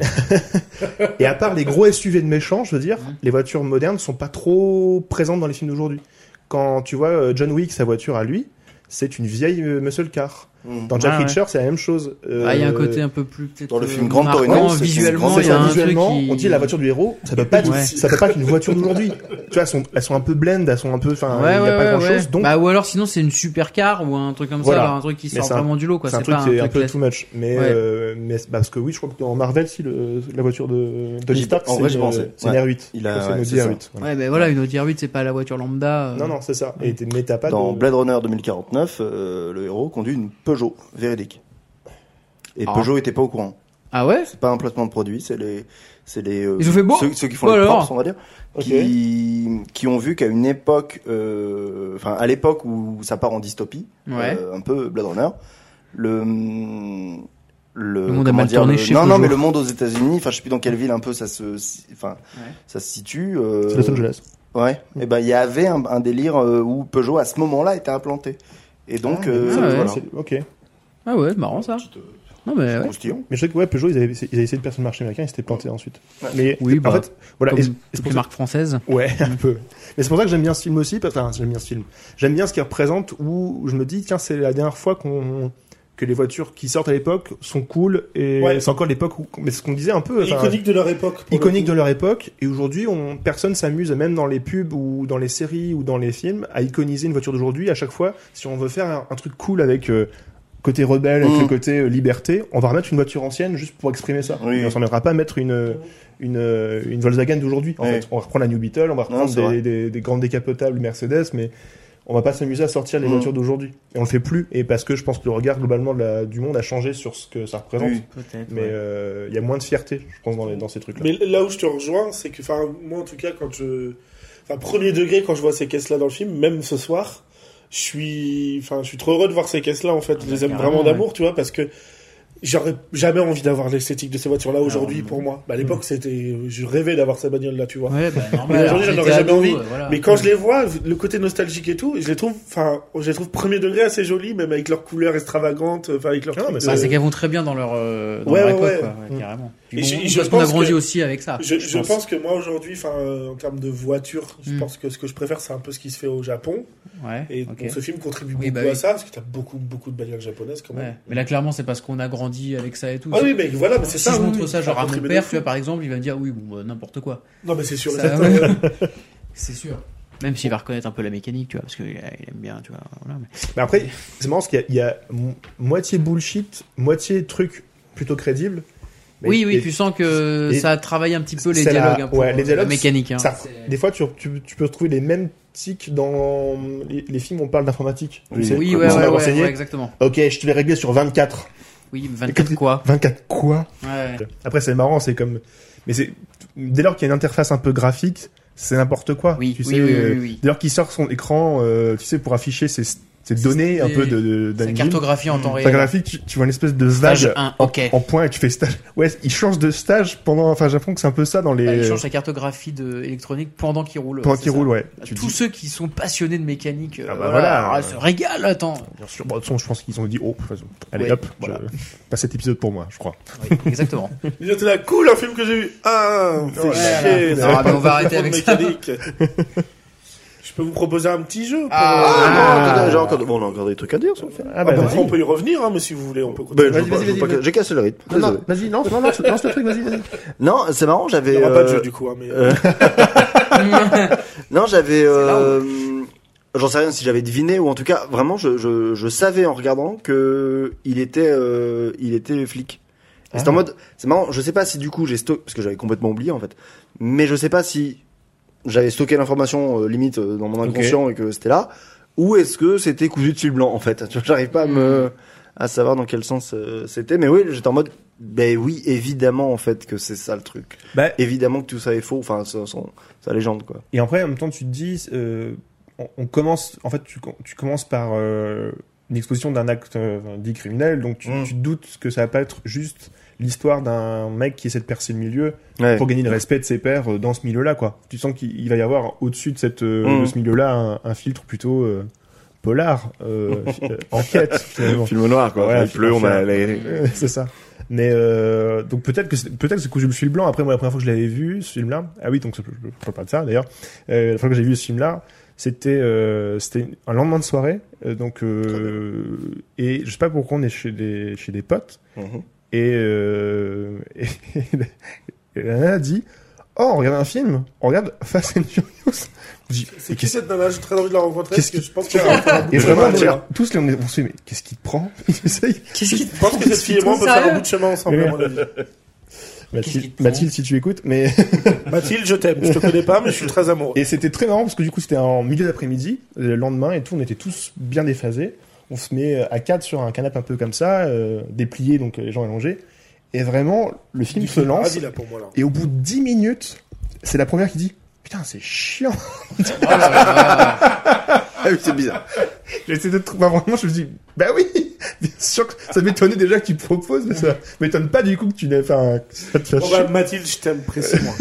D: Euh, et à part les gros SUV de Mm. méchants, je veux dire,
B: Mhm.
D: les voitures modernes sont pas trop présentes dans les films d'aujourd'hui. Quand tu vois euh, John Wick, sa voiture à lui, c'est une vieille euh, muscle car.
C: Mm.
D: Dans Jack
B: Ah, Ouais, ouais.
D: Reacher, c'est la même chose.
B: Ah, Il
D: Euh,
B: y a un côté un peu plus. peut-être,
C: Dans le
B: euh,
C: film Grand
B: marquant,
C: Torino, c'est- c'est
B: visuellement,
C: grand-
D: c'est
B: il y a
D: ça,
B: un truc
D: visuellement,
B: qui-
D: on dit la voiture du héros, ça peut pas être,
B: Ouais.
D: ça peut pas être une voiture d'aujourd'hui. tu vois, elles sont, elles sont un peu blend, elles sont un peu, enfin, il
B: Ouais,
D: y a
B: ouais,
D: pas
B: ouais,
D: grand chose,
B: ouais.
D: donc
B: Bah, ou alors sinon c'est une supercar ou un truc comme
D: Voilà.
B: ça, alors un truc qui
D: Mais
B: sort
D: c'est un-
B: vraiment du lot quoi.
D: C'est un
B: C'est
D: truc
B: pas un
D: qui est un
B: truc
D: peu
B: classique.
D: too much, mais,
B: Ouais.
D: euh, mais c'est- parce que oui, je crois que dans Marvel, si le, la voiture de Tony
C: J'y-
D: Stark,
C: en
D: c'est
C: vrai, j'y
D: une,
C: pensais.
D: c'est une
C: Ouais.
D: R8.
C: Il a-
D: Je crois que
C: ouais,
D: c'est
C: c'est
D: une
C: ça.
D: Audi R8. voilà.
B: Ouais, mais voilà, une Audi R8 c'est pas la voiture lambda. euh,
D: Non, non, c'est ça. Et t'es- mais t'as pas
C: Dans
D: de...
C: Blade Runner 2049, euh, le héros conduit une Peugeot véridique. Et
B: Ah.
C: Peugeot était pas au courant.
B: Ah ouais
C: C'est pas un placement de produit, c'est les, c'est les euh,
B: Ils ont fait beau
C: ceux, ceux qui font
B: Bon
C: les
B: alors.
C: props, on va dire, qui, qui ont vu qu'à une époque, euh, enfin à l'époque où ça part en dystopie,
B: Ouais.
C: euh, un peu Blade Runner, le
B: Le
C: le,
B: monde a
C: comment
B: mal tourné
C: le-
B: chez
C: non non
B: Peugeot.
C: mais le monde aux États-Unis, enfin je sais plus dans quelle ville un peu ça se, enfin
B: Ouais.
C: ça se situe. euh,
D: C'est Los Angeles.
C: Ouais. Et ben il y avait un, un délire euh, où Peugeot à ce moment-là était implanté. Et donc euh,
B: ah ouais.
C: voilà.
D: C'est- Ok.
B: Ah ouais, marrant ça. Non mais ouais.
C: Croustillant.
D: Mais je sais que Ah ouais, Peugeot, ils avaient, ils avaient essayé de percer le marché américain, ils s'étaient plantés ensuite.
C: Ouais.
D: Mais
B: Oui,
D: en
B: bah,
D: fait, voilà.
B: Comme
D: et- et c'est
B: toutes
D: pour
B: les
D: ça-
B: marques françaises.
D: Ouais, un peu. Mais c'est pour ça que j'aime bien ce film aussi, parce enfin, j'aime bien ce film. J'aime bien ce qu'il représente où je me dis, tiens, c'est la dernière fois qu'on que les voitures qui sortent à l'époque sont cool et
A: Ouais.
D: c'est encore l'époque où mais ce qu'on disait un peu enfin,
A: Iconique de leur époque. pour
D: iconique
A: le
D: de leur époque et aujourd'hui on personne s'amuse même dans les pubs ou dans les séries ou dans les films à iconiser une voiture d'aujourd'hui à chaque fois si on veut faire un, un truc cool avec euh, côté rebelle avec
C: Mm.
D: le côté euh, liberté on va remettre une voiture ancienne juste pour exprimer ça
C: Oui.
D: Et on s'en mettra pas à mettre une une, euh, une Volkswagen d'aujourd'hui en
C: Oui.
D: fait on va reprendre la New Beetle on va reprendre
C: c'est
D: des,
C: vrai.
D: des- des grandes décapotables Mercedes mais on va pas s'amuser à sortir les
C: Mm.
D: voitures d'aujourd'hui et on le fait plus et parce que je pense que le regard globalement de la- du monde a changé sur ce que ça représente
C: Oui.
B: Peut-être.
D: mais euh, il y a moins de fierté je pense dans, les- dans ces trucs là
A: coup. Mais là où je te rejoins, c'est que, enfin, moi en tout cas, quand je. Enfin, premier degré, quand je vois ces caisses-là dans le film, même ce soir, je suis. Enfin, je suis trop heureux de voir ces caisses-là, en fait. je les aime
B: carrément,
A: vraiment d'amour, tu vois, parce que. J'aurais jamais envie d'avoir l'esthétique de ces voitures-là aujourd'hui
B: non.
A: pour moi. Bah, à l'époque, c'était, je rêvais d'avoir ces bagnole-là, tu vois.
B: Mm. Ouais, bah, normal.
A: Mais aujourd'hui,
B: alors,
A: j'en aurais jamais
B: ado,
A: envie.
B: euh, voilà.
A: Mais quand je les vois, le côté nostalgique et tout, je les trouve, enfin, je les trouve premier degré assez jolis, même avec leurs couleurs extravagantes, enfin, avec leurs.
D: Ah,
A: trucs
D: mais
A: de-
B: Bah, c'est qu'elles vont très bien dans leur, euh, dans
A: Ouais,
B: leur
A: ouais,
B: époque,
A: ouais.
B: quoi, ouais,
D: Mm.
B: carrément.
A: Et
B: Puis
A: je-
B: bon,
A: je
B: parce qu'on a
A: pense
B: grandi
A: que-
B: aussi avec ça.
A: je, je
B: pense.
A: pense. que moi aujourd'hui, enfin, euh, en termes de voiture, je
B: Mm.
A: pense que ce que je préfère, c'est un peu ce qui se fait au Japon.
B: Ouais.
A: Et
B: ok.
A: bon, ce film contribue
B: Oui,
A: beaucoup
B: bah
A: à
B: oui.
A: ça, parce que t'as beaucoup, beaucoup de bagnoles japonaises quand même.
B: Ouais. Mais là, clairement, c'est parce qu'on a grandi avec ça et tout.
A: Ah oui, mais voilà, mais c'est
B: si
A: ça.
B: je
A: oui,
B: montre
A: oui,
B: ça genre à mon
A: contribue
B: père,
A: de
B: tu vois, par exemple, il va me dire oui, bon, bah, n'importe quoi.
A: fou. Non, mais c'est sûr. et
B: Ça,
A: certain,
B: ouais.
A: ouais.
B: *laughs* C'est sûr. Même s'il va reconnaître un peu la mécanique, tu vois, parce qu'il aime bien, tu vois. voilà, mais-
D: Mais après, c'est marrant parce qu'il y a, il y a mo- moitié bullshit, moitié truc plutôt crédible. Mais-
B: oui, oui,
D: et-
B: tu sens que
D: et-
B: ça a travaillé un petit peu les
D: c'est la-
B: dialogues, hein, pour,
D: ouais, les
B: euh,
D: dialogues,
B: la mécanique. hein.
D: ça-
B: C'est-
D: Des fois, tu, tu, tu peux retrouver les mêmes tics dans les, les films où on parle d'informatique. Tu
C: Oui.
D: sais,
B: Oui,
D: quand
B: ouais,
D: on
B: ouais,
D: m'a
B: ouais,
D: renseigné,
B: ouais, exactement.
D: Ok, je te l'ai réglé sur 24.
B: Oui,
D: *laughs*
B: 24 quoi.
D: 24 quoi
B: Ouais.
D: Après, c'est marrant, c'est comme. Mais c'est. Dès lors qu'il y a une interface un peu graphique, c'est n'importe quoi.
B: Oui,
D: tu
B: oui, oui,
D: sais,
B: oui,
D: euh,
B: oui, oui.
D: Dès lors qu'il sort son écran, euh, tu sais, pour afficher ses, ses données un
B: des-
D: peu de- de- d'un
B: C'est
D: game.
B: cartographie en temps
D: Enfin,
B: réel.
D: graphique, tu, tu vois une espèce de vague
B: Stage 1,
D: en-
B: ok.
D: en point et tu fais stage. Ouais, il change de stage pendant. Enfin, j'ai l'impression que c'est un peu ça dans les.
B: Bah, il change sa cartographie de électronique pendant qu'il roule.
D: euh, pendant
B: c'est
D: qu'il
B: ça. Bah,
D: roule, ouais. Tu
B: Tous
D: dis-
B: ceux qui sont passionnés de mécanique, euh,
D: Ah bah
B: voilà,
D: voilà.
B: ah, se régalent, attends.
D: Bien sûr, bon, de toute façon, je pense qu'ils ont dit, oh, de toute façon, allez
B: Ouais,
D: hop,
B: voilà.
D: je- pas cet épisode pour moi, je crois.
B: Oui, exactement.
A: Ils étaient là, cool, un film que j'ai vu. Ah, c'est
D: Ouais,
A: chier.
B: voilà.
A: ça
B: Ah,
A: va
B: mais
A: pas
B: on va
A: me
B: arrêter
A: prendre
B: avec ça.
A: mécanique. Je peux vous proposer un petit jeu. pour- euh,
B: Ah,
C: Ah, non, encore des- j'ai encore, bon, on a encore des trucs à dire sur le film.
D: Ah
A: bah,
D: bah,
A: après, on peut y revenir, hein, mais si vous voulez, on peut
C: Ben,
A: continuer.
C: je veux
D: Vas-y,
C: pas-
D: vas-y,
C: je veux pas
D: vas-y.
C: que- J'ai cassé le rythme.
D: Non, non,
C: désolé.
D: vas-y, lance, non, lance, lance le truc, vas-y, vas-y.
C: Non, c'est marrant,
A: Il
C: j'avais.
A: n'y aura pas de
C: euh,
A: jeu du coup, hein, mais
C: Non, j'avais. euh, J'en sais rien si j'avais deviné ou en tout cas vraiment je, je, je savais en regardant que il était euh, il était flic. Et c'est en
D: Ah.
C: mode c'est marrant, je sais pas si du coup j'ai stocké parce que j'avais complètement oublié en fait. Mais je sais pas si j'avais stocké l'information euh, limite euh, dans mon
D: Ok.
C: inconscient et que c'était là ou est-ce que c'était cousu de fil blanc en fait. *laughs* Tu vois, J'arrive pas à
D: Hmm.
C: me à savoir dans quel sens euh, c'était mais oui, j'étais en mode ben oui, évidemment en fait que c'est ça le truc.
D: Bah,
C: Évidemment que tout ça est faux, enfin sa- son- sa légende quoi.
D: Et après, en même temps, tu te dis, euh, on, on commence, en fait, tu, com- tu commences par euh, une exposition d'un acte euh, dit criminel, donc tu,
C: Mm.
D: tu te doutes que ça va pas être juste l'histoire d'un mec qui essaie de percer le milieu
C: Ouais.
D: pour gagner le respect de ses pairs euh, dans ce milieu-là, quoi. Tu sens qu'il il va y avoir au-dessus de, cette, euh,
C: Mm.
D: de ce milieu-là un, un filtre plutôt euh, polar,
C: *laughs*
D: euh, fi- euh, enquête, finalement.
C: Film noir, quoi.
D: Ouais,
C: Enfin, il
D: film
C: pleut, on a
D: noir.
C: les...
D: Euh, c'est ça. Mais euh, donc peut-être que c'est- peut-être que c'est cousu le fil blanc. Après moi la première fois que je l'avais vu ce film-là, ah oui donc je, je, je parle pas de ça d'ailleurs. Euh, la fois que j'ai vu ce film-là, c'était euh, c'était un lendemain de soirée euh, donc euh, et je sais pas pourquoi on est chez des chez des potes
B: Mm-hmm.
C: Mhm.
D: et, euh, *laughs* et, et la nana dit oh on regarde un film, on regarde Fast and Furious. Je dis,
A: c'est
D: Et
A: qui
D: qu'est-ce-
A: cette nana J'ai très envie de la rencontrer.
D: Qu'est-ce
A: Parce que je pense que, je
D: et vraiment
A: Ouais.
D: on est là, tous les on est- on se dit mais qu'est-ce qu'il te prend *laughs* Il essaye
B: Qu'est-ce qui
A: pense que cette fille et moi, on peut faire
B: Sérieux
A: un bout de chemin ensemble. à mon avis.
B: qu'il
D: Mathilde,
B: te prend
D: Mathilde si tu écoutes mais
A: Mathilde, je t'aime. Je te connais pas, mais je suis très amoureux.
D: Et c'était très marrant parce que du coup c'était en milieu d'après-midi, le lendemain et tout, on était tous bien déphasés. On se met euh, à quatre sur un canapé un peu comme ça, euh, dépliés, donc euh, les gens allongés. Et vraiment, le film se
A: Ah,
D: lance.
A: dis-la pour moi, là.
D: Et au bout de 10 minutes, c'est la première qui dit Putain, c'est chiant
C: Ah oui, c'est bizarre.
D: *laughs* J'essaie de trouver. Bah, vraiment, je me dis Bah oui *laughs* Bien sûr que ça m'étonnait déjà que tu proposes, mais ça m'étonne pas du coup que tu n'aies. Enfin, que ça te fasse
A: Bon, bah,
D: chier.
A: Mathilde, je t'aime, précise-moi.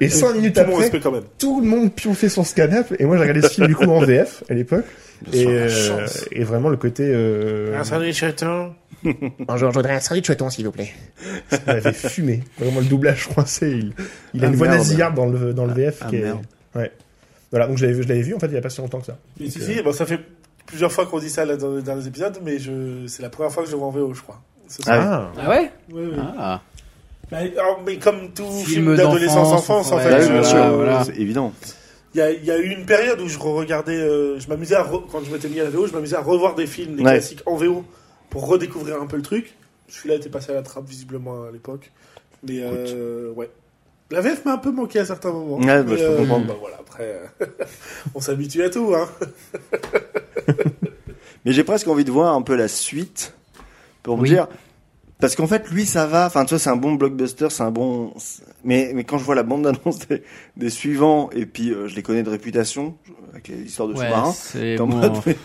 D: Et 5 minutes
A: Tout mon
D: après,
A: respect quand même.
D: tout le monde pionfait sur ce canapé. Et moi, j'ai regardé ce film
C: *laughs*
D: du coup en VF à l'époque. Et,
A: la
D: euh,
A: chance.
D: et vraiment le côté. Euh,
A: sandwich chaton.
E: Bonjour, je voudrais un sandwich chaton, s'il vous plaît.
D: il avait fumé. Vraiment le doublage français. Il, il a
C: Ah,
D: une voix
C: merde.
D: nasillarde dans le, dans le VF.
C: ah,
D: qui est-
C: merde.
D: Ouais. Voilà, donc je l'avais vu, je l'avais vu en fait il n'y a pas si longtemps que ça.
A: Si, si, bon, ça fait plusieurs fois qu'on dit ça là, dans, dans les épisodes, mais je... c'est la première fois que je le vois en VO, je crois. Ce soir.
D: Ah,
B: Ah ouais
A: Oui, oui.
B: Ah.
A: Bah, alors, mais comme tout
B: Film
A: film d'adolescence-enfance,
B: d'enfance,
A: en
B: ouais. Ah
A: fait, je-
C: Bah oui, bien
B: voilà,
C: sûr,
B: voilà.
C: c'est évident.
A: Il y a, il y a eu une période où je regardais, je m'amusais à re- quand je m'étais mis à la VO, je m'amusais à revoir des films, des
C: Ouais.
A: classiques en VO pour redécouvrir un peu le truc. Celui-là était passé à la trappe visiblement à l'époque, mais euh, ouais. La VF m'a un peu manqué à certains moments.
C: Ouais, bah, je peux comprendre.
A: bah, voilà, après, euh, *laughs* on s'habitue à tout. Hein.
C: Mais j'ai presque envie de voir un peu la suite pour me
B: Oui.
C: dire. Parce qu'en fait, lui, ça va. Enfin, tu vois, c'est un bon blockbuster, c'est un bon. Mais, mais quand je vois la bande-annonce des, des suivants, et puis euh, je les connais de réputation, avec l'histoire de
B: Ouais,
C: sous-marin,
B: c'est
C: t'es en
B: bon.
C: mode, mais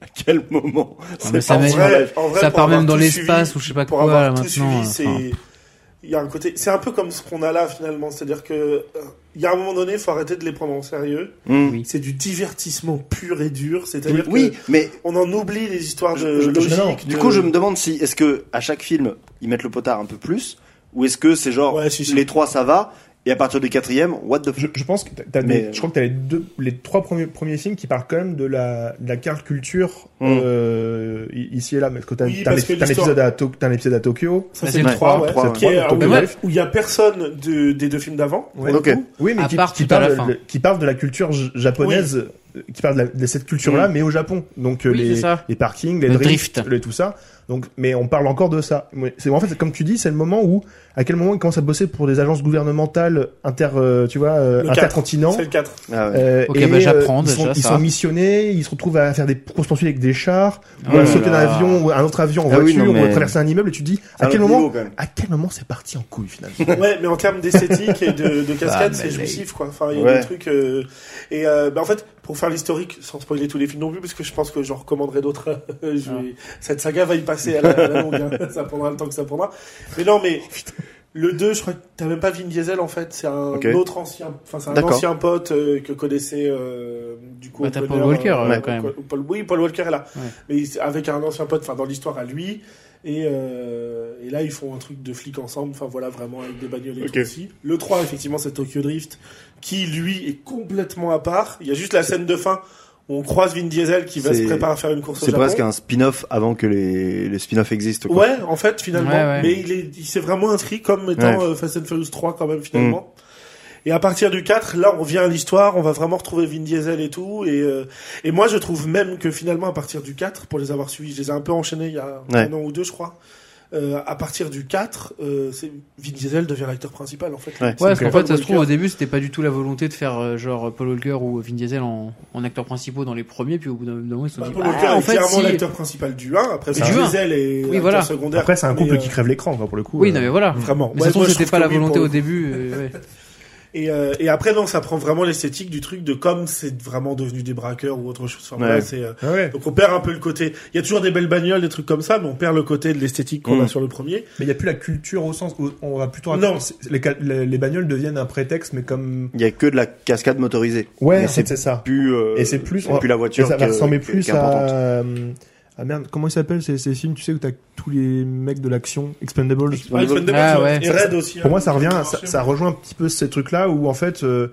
C: à quel moment
B: mais
C: C'est
B: ça
C: parti
B: mène-
C: dans la-
A: en
B: ça
A: pour
B: part
A: avoir
B: même dans
A: tout
B: l'espace
A: suivi-
B: ou je sais pas
A: pour
B: quoi,
A: avoir
B: là,
A: tout
B: maintenant,
A: suivi,
B: enfin.
A: c'est il y a un côté, c'est un peu comme ce qu'on a là finalement, c'est-à-dire que euh, il y a un moment donné, il faut arrêter de les prendre en sérieux.
C: Hmm.
B: Oui.
A: C'est du divertissement pur et dur, c'est-à-dire que-
C: Oui, mais
A: on en oublie les histoires de
C: Je- je-
A: logique.
D: non,
C: du
A: de-
C: coup, je me demande si est-ce que à chaque film ils mettent le potard un peu plus, ou est-ce que c'est genre
A: Ouais, si, si.
C: les trois ça va, et à partir du quatrième, what the
D: je, je pense que t'as- t'as
C: Mais-
D: des- je crois que t'as les deux, les trois premiers, premiers films qui parlent quand même de la, de la carte culture
C: Mm.
D: euh, i- ici et là. Mais que t'as
A: Oui,
D: t'as un
A: parce
D: ép-
A: que
D: t'as un
A: l'histoire-
D: épisode à To- t'as un épisode à Tokyo.
A: Ça,
B: Ça,
A: c'est
B: c'est
A: le
B: le
A: 3,
C: Ah, trois,
A: ouais.
C: trois,
A: Qui
D: ouais.
A: est-
D: Tokyo
A: où il y a-
B: Drift.
A: où il y a personne de, des deux films d'avant.
C: Ok.
D: Oui, mais
B: À
D: qui,
B: part
D: qui
B: tout à
D: parle
B: la
D: de,
B: fin.
D: de- qui parle de la culture j- japonaise euh, qui parle de, la- de cette culture-là, mais au Japon. Donc euh,
B: Oui,
D: les,
B: c'est ça.
D: les parkings, les
B: Le
D: drifts,
B: drift.
D: le tout ça. Donc, mais on parle encore de ça. Ouais, C'est en fait, comme tu dis, c'est le moment où, à quel moment ils commencent à bosser pour des agences gouvernementales inter, euh, tu vois, euh,
A: Le quatre.
D: intercontinent.
A: C'est le 4.
C: Ah ouais.
D: Euh,
B: Ok,
D: et,
B: bah, j'apprends
D: euh, ils, sont,
B: déjà
D: ils
B: ça.
D: sont missionnés, ils se retrouvent à faire des courses poursuites avec des chars,
B: Oh
D: ou à
B: là
D: sauter d'un
B: là.
D: avion ou un autre avion en
C: Ah oui,
D: voiture,
C: non,
D: ou à
C: mais-
D: traverser un immeuble. Et tu te dis
C: C'est
D: à
C: un
D: quel
C: autre
D: moment,
C: niveau, quand même.
D: à quel moment c'est parti en couille finalement.
A: Ouais, mais en termes d'esthétique et de, de cascade,
B: Ah,
A: c'est
B: mais
A: jouissif, quoi. Enfin, il y a
C: Bah, Ouais.
A: des trucs. euh, Et euh, bah, en fait, pour faire l'historique, sans spoiler tous les films non plus, parce que je pense que j'en recommanderai d'autres. *laughs* je vais-
B: Ah.
A: Cette saga va y passer à la, à la longue. hein. *laughs* ça prendra le temps que ça prendra. Mais non, mais le 2, je crois que t'as même pas Vin Diesel en fait. C'est un
C: Ok.
A: autre ancien, enfin c'est un
C: D'accord.
A: ancien pote euh, que connaissait euh, du coup.
B: Bah, t'as
A: O'Connor,
B: Paul Walker,
C: ouais,
B: quand même.
A: Paul- oui, Paul Walker est là,
B: Ouais.
A: mais il- avec un ancien pote, enfin dans l'histoire à lui. Et, euh, et là, ils font un truc de flic ensemble, enfin voilà, vraiment avec des bagnoles et Ok. tout aussi. Le 3, effectivement, c'est Tokyo Drift, qui lui est complètement à part. Il y a juste la scène de fin où on croise Vin Diesel qui va
C: C'est-
A: se préparer à faire une course au
C: C'est
A: Japon.
C: presque un spin-off avant que les, les spin-offs existent. Quoi.
A: Ouais, en fait, finalement.
B: Ouais, ouais.
A: Mais il est, il s'est vraiment inscrit comme étant
C: Ouais.
A: euh, Fast and Furious 3 quand même finalement. Et à partir du 4, là, on revient à l'histoire, on va vraiment retrouver Vin Diesel et tout. Et, euh, et moi, je trouve même que finalement, à partir du 4, pour les avoir suivis, je les ai un peu enchaînés il y a
C: Ouais.
A: un an ou deux, je crois. Euh, à partir du 4, euh, c'est- Vin Diesel devient l'acteur principal, en fait.
C: Ouais.
B: Ouais, parce
A: C'est
B: qu'en
A: Paul
B: fait, ça se trouve, au
A: Walker.
B: début, c'était pas du tout la volonté de faire euh, genre Paul Walker ou Vin Diesel en, en acteurs principaux dans les premiers, puis au bout d'un d'un moment, ils se sont
A: Bah,
B: dit,
A: Paul
B: bah,
A: Walker
B: en
A: est
B: fait,
A: clairement
B: si-
A: l'acteur principal du 1. Après,
B: Du
A: Vin
B: 1.
A: Diesel est
B: Oui,
A: l'acteur
B: voilà.
A: secondaire.
D: Après, c'est un
A: Mais,
D: couple
A: euh,
D: qui crève l'écran, quoi, pour le coup.
B: Oui,
D: euh.
B: non, mais voilà.
A: Vraiment.
B: Mais
A: Ouais,
B: ça se trouve,
A: moi, je
B: c'était
A: trouve
B: pas
A: que
B: la
A: oui, pour
B: volonté
A: le
B: au
A: coup.
B: début. euh, ouais.
A: Et, euh, et après, non, ça prend vraiment l'esthétique du truc de comme c'est vraiment devenu des braqueurs ou autre chose. Enfin, voilà,
C: Ouais.
A: c'est, euh,
D: Ah ouais.
A: donc on perd un peu le côté. Il y a toujours des belles bagnoles, des trucs comme ça, mais on perd le côté de l'esthétique qu'on
C: Mm.
A: a sur le premier.
D: Mais il n'y a plus la culture au sens où on va plutôt.
A: Non.
D: c'est- Les, cal- les, les bagnoles deviennent un prétexte, mais comme.
C: Il y a que de la cascade motorisée.
D: Ouais,
C: Mais
D: en fait,
C: c'est
D: c'est ça.
C: plus. euh,
D: Et c'est plus-
C: plus la
D: Et
C: voiture.
D: ça va
C: que-
D: ressembler
C: que-
D: plus
C: qui est importante.
D: à. euh, Ah merde, comment ils s'appellent ces, ces films, tu sais, où t'as tous les mecs de l'action, Expendables
A: Ouais, Expendables, tu
B: Ah
A: vois,
B: ouais.
A: Et Red aussi. hein.
D: Pour moi, ça revient, ça, ça rejoint un petit peu ces trucs-là où en fait, euh,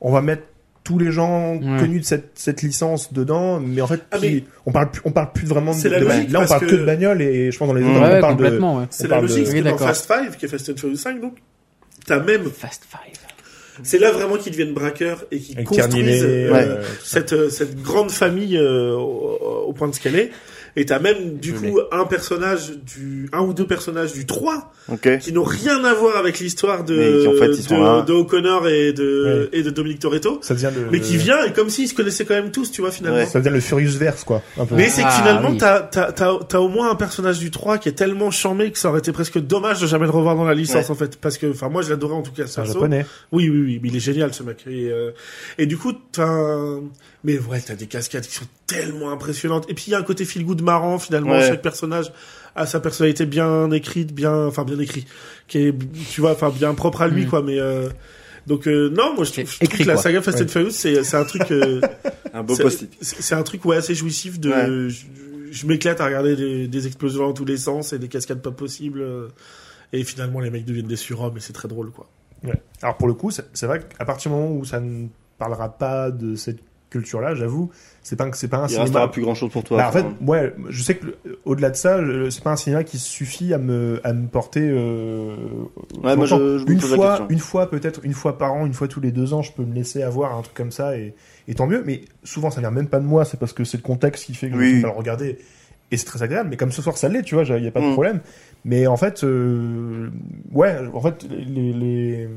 D: on va mettre tous les gens
B: Ouais.
D: connus de cette, cette licence dedans, mais en fait,
A: Ah,
D: qui-
A: mais-
D: on parle plus, on parle plus vraiment de,
A: C'est la
D: de-
A: logique,
D: là, on
A: parce
D: parle que...
A: que
D: de bagnole et je pense dans les
C: Ouais,
D: autres,
B: Ouais,
D: on
B: ouais,
D: parle de.
B: complètement, ouais.
A: C'est
D: on
A: la
D: parle de-
A: logique, c'est
B: Oui,
A: que dans
B: d'accord.
A: Fast Five, qui est Fast and Furious 5, donc t'as même.
B: Fast Five.
A: C'est là vraiment qu'ils deviennent braqueurs et qu'ils
D: Avec
A: construisent
D: Carninet,
A: euh,
D: ouais.
A: cette euh, cette grande famille euh, au, au point de ce qu'elle est. Et t'as même du
C: Je
A: coup un personnage du un ou deux personnages du 3
C: Ok.
A: qui n'ont rien à voir avec l'histoire
C: Mais
A: de,
C: qui, en fait, ils sont là.
A: de, de O'Connor et de, et de Dominic Toretto,
D: Ça devient le.
B: Euh.
A: mais qui vient et comme s'ils se connaissaient quand même tous, tu vois, finalement.
C: Ouais.
D: Ça devient le Furious Verse, quoi. Un peu.
A: Mais c'est que
B: Ah,
A: finalement,
B: oui.
A: t'as, t'as, t'as, t'as au moins un personnage du 3 qui est tellement charmé que ça aurait été presque dommage de jamais le revoir dans la licence,
C: Ouais.
A: en fait. Parce que, enfin, moi, je l'adorais en tout
B: Ah,
A: cas, ce
D: C'est un
A: perso.
D: japonais.
A: Oui, oui, oui, mais il est génial, ce mec. Et, euh, et du coup, t'as, un- mais ouais, t'as des cascades qui sont tellement impressionnantes. Et puis, il y a un côté feel good marrant, finalement.
C: Ouais.
A: Chaque personnage a sa personnalité bien écrite, bien, enfin, bien écrit. Qui est, tu vois, enfin, bien propre à lui,
B: Mm.
A: quoi, mais, euh, donc euh, non, moi je trouve,
B: C'est
A: je trouve
B: écrit,
A: que la
B: quoi.
A: saga Fast and
D: Ouais.
A: Furious c'est c'est un truc euh,
C: Un beau
A: c'est-
C: post-it.
A: C'est c'est un truc ouais, assez jouissif de.
C: Ouais.
A: Je, je m'éclate à regarder des, des explosions dans tous les sens et des cascades pas possibles. euh, Et finalement, les mecs deviennent des surhommes et c'est très drôle, quoi.
D: Ouais. Alors pour le coup, c'est c'est vrai qu'à partir du moment où ça ne parlera pas de cette culture-là, j'avoue, c'est pas que c'est pas un
C: Il
D: cinéma.
C: restera plus grand chose pour toi.
D: Bah, en fait,
C: enfin.
D: ouais, je sais que le- au-delà de ça, le- c'est pas un cinéma qui suffit à me à me porter. euh,
C: Ouais, moi,
D: longtemps.
C: je, je me
D: une
C: pose la
D: fois,
C: question.
D: une fois peut-être, une fois par an, une fois tous les deux ans, je peux me laisser avoir un truc comme ça et, et tant mieux. Mais souvent, ça vient même pas de moi, c'est parce que c'est le contexte qui fait que
C: Oui.
D: je ne pas le regarder. Et c'est très agréable. Mais comme ce soir, ça l'est, tu vois, il n'y a pas de
C: Mm.
D: problème. Mais en fait, euh, ouais, en fait, les, les,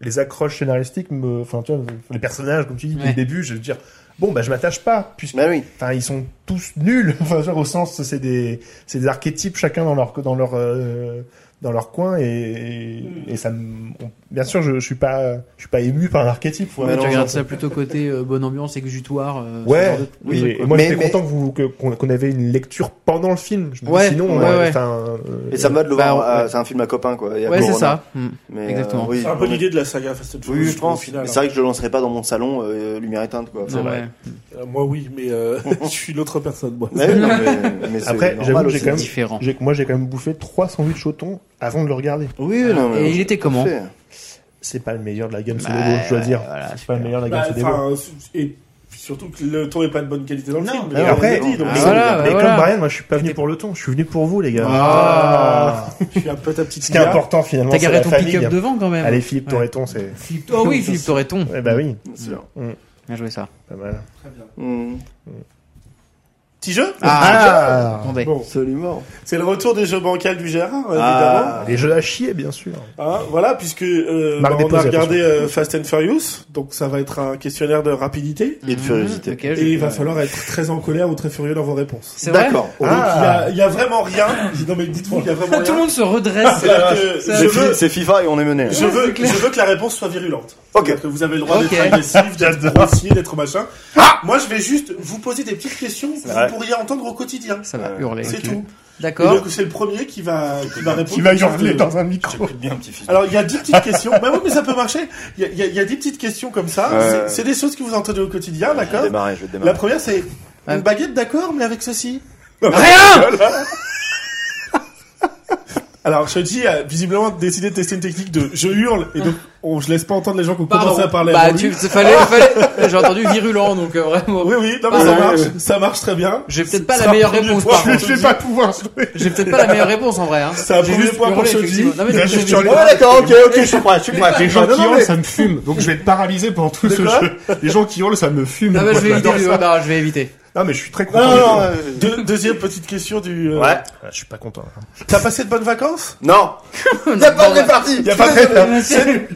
D: les accroches scénaristiques, me, enfin, tu vois, les personnages, comme tu dis, dès
B: Ouais.
D: le début, je veux dire, bon, bah, je m'attache pas, puisque
C: Bah oui.
D: Enfin, ils sont tous nuls. *laughs* Enfin, genre, au sens, c'est des, c'est des archétypes chacun dans leur, dans leur, euh, dans leur coin. Et, et ça, me- on- bien sûr, je, je suis pas, je suis pas ému par un archétype. faut
C: Ouais,
D: aller
B: tu
C: non,
D: dans
B: regardes
D: un-
B: ça plutôt côté euh, bonne ambiance, exutoire. euh, ce
D: Ouais,
B: genre de-
D: oui,
B: de-
D: et moi
C: Mais-
D: j'étais
C: mais-
D: content que vous, que- qu'on qu'on avait une lecture pendant le film. Je me dis,
B: Ouais,
D: sinon,
B: ouais,
D: euh,
B: ouais.
D: enfin, euh,
C: Et ça me va de le
B: Bah,
C: voir.
B: ouais.
C: euh, C'est un film à copains, quoi. Il y a
B: Ouais, c'est
C: Corona.
B: ça. Mm.
C: Mais, euh,
B: Exactement.
C: oui,
A: C'est un peu
C: on est-
A: l'idée de la saga Fast and Furious.
C: Oui, je
A: trouve, au
C: pense.
A: final, hein.
C: C'est
D: hein.
C: vrai que je le lancerai pas dans mon salon euh, lumière éteinte, quoi.
B: Non, ouais.
A: Euh, Moi, oui, mais euh, *laughs* je suis l'autre personne, moi.
C: Mais oui, non, mais- mais c'est
D: Après,
C: normal
D: j'avoue que
C: aussi.
D: j'ai quand même-
B: Différent.
D: j'ai- moi j'ai quand même bouffé 300 de chotons avant de le regarder.
C: Oui, non, mais Ah
B: Et il était comment
C: Parfait.
D: C'est pas le meilleur de la gamme
B: Bah,
D: sous les bois, je dois
B: ouais,
D: dire.
B: voilà,
D: c'est pas le meilleur de la gamme
A: Bah,
D: sous les bois.
A: Enfin, et surtout que le ton est pas de bonne qualité dans le film.
D: Et
A: mais
D: après,
A: je l'ai dit, donc
B: Ah,
D: mais-
A: c'est-
B: voilà,
D: mais
B: bah,
D: comme
B: voilà.
D: Brian, moi je suis pas venu pour le ton, je suis venu pour vous les gars.
B: Ah.
A: je suis un peu ta petite
D: Ce qui est
A: Mia.
D: important finalement,
B: T'as
D: c'est
B: garé
D: la
B: ton
D: famille.
B: pick-up devant quand même. Ah
D: Allez Philippe
A: *laughs*
B: Ouais.
D: Torreton, c'est.
B: Philippe- Oh oui, Philippe Torreton.
D: Eh bah oui.
C: C'est sûr.
D: Mm.
B: Bien joué ça.
D: Pas mal.
A: Très bien.
C: Mmh.
A: Petit jeu
D: Ah,
B: Attendez.
A: Bon,
C: Absolument.
A: c'est le retour des jeux bancals du Gérard, euh, évidemment.
C: Ah.
D: Les jeux à chier, bien sûr.
A: Hein, voilà, puisque euh,
D: Marc
A: bah, on a
D: Desposés,
A: regardé euh, Fast and Furious, donc ça va être un questionnaire de rapidité.
C: Et de furiosité.
B: Mm. Ok,
A: Et
B: je-
A: il va falloir être très en colère ou très furieux dans vos réponses.
B: C'est vrai.
A: Donc, il y a- il y, a vraiment rien. Non mais dites-moi, il y a vraiment
B: *laughs* Tout le
A: rien.
B: monde
A: *laughs*
B: se redresse.
A: C'est-à-dire que
B: Ça-
A: je
C: C'est
A: veux-
C: fi- C'est FIFA et on est mené.
A: Je
B: Ouais,
A: veux,
B: c'est clair.
A: je veux que la réponse soit virulente.
C: Ok.
A: C'est-à-dire Que vous avez le droit
B: Ok.
A: d'être agressif, d'être grossier, d'être machin.
B: Ah
A: Moi, je vais juste vous poser des petites questions que
C: Ouais.
A: vous pourriez entendre au quotidien.
B: Ça va hurler.
A: C'est
B: Ok.
A: tout. Et
B: D'accord.
A: donc, c'est le premier qui va, qui va répondre.
D: Bah, Qui va hurler dans un
C: J'ai
D: micro.
C: pris de
D: *laughs*
C: bien un petit fils.
A: Alors, il y a dix petites questions. Bah oui, mais ça peut marcher. Il y a, il y a- il y a dix petites questions comme ça.
C: Ouais.
A: C'est- C'est des choses que vous entendez au quotidien,
C: Je vais
A: d'accord
C: démarrer, je vais
A: La
C: démarrer.
A: première, c'est
B: Ouais.
A: une baguette, d'accord, mais avec ceci.
B: Rien.
A: Alors, Shoji a visiblement décidé de tester une technique de je hurle, et donc on, je laisse pas entendre les gens qui ont
B: Pardon.
A: commencé à parler
B: Bah
A: avant
B: tu
A: lui.
B: fallait fallait. J'ai entendu virulent donc euh, vraiment.
A: Oui, oui, non, mais ça
C: Ouais,
A: marche,
C: ouais.
A: ça marche très bien.
B: J'ai peut-être pas
A: Ça
B: la meilleure
A: prend du
B: réponse
A: poids.
B: par
A: Je
B: contre.
D: Je vais pas pouvoir jouer.
B: J'ai peut-être pas la meilleure réponse en vrai. Hein.
A: C'est un
B: J'ai
A: premier
B: juste
A: point pour
B: hurlé,
A: Shoji.
B: effectivement. Non, mais
D: Il a
B: j'ai
D: juste
B: vu-
D: hurlé.
C: Ouais, d'accord, ok, ok, je suis prêt, *laughs* je suis prêt.
D: Les gens
C: Non,
D: qui
C: non,
D: hurlent,
C: mais-
D: ça me fume. Donc je vais être paralysé pendant tout
A: De
D: ce
A: quoi
D: jeu. Les gens qui hurlent, ça me fume.
B: Non, mais je vais
D: Moi,
B: éviter.
D: j'adore
B: le-
D: ça.
B: Non, je vais éviter.
D: Non, Ah, mais je suis très content.
C: Non, non, non.
A: Deux- deuxième petite question du. euh,
C: Ouais.
D: Ah, Je suis pas content.
A: T'as passé de bonnes
B: *laughs*
A: vacances
C: Non.
B: Y'a
C: Pas de répartie.
D: Y a pas très bien.
B: de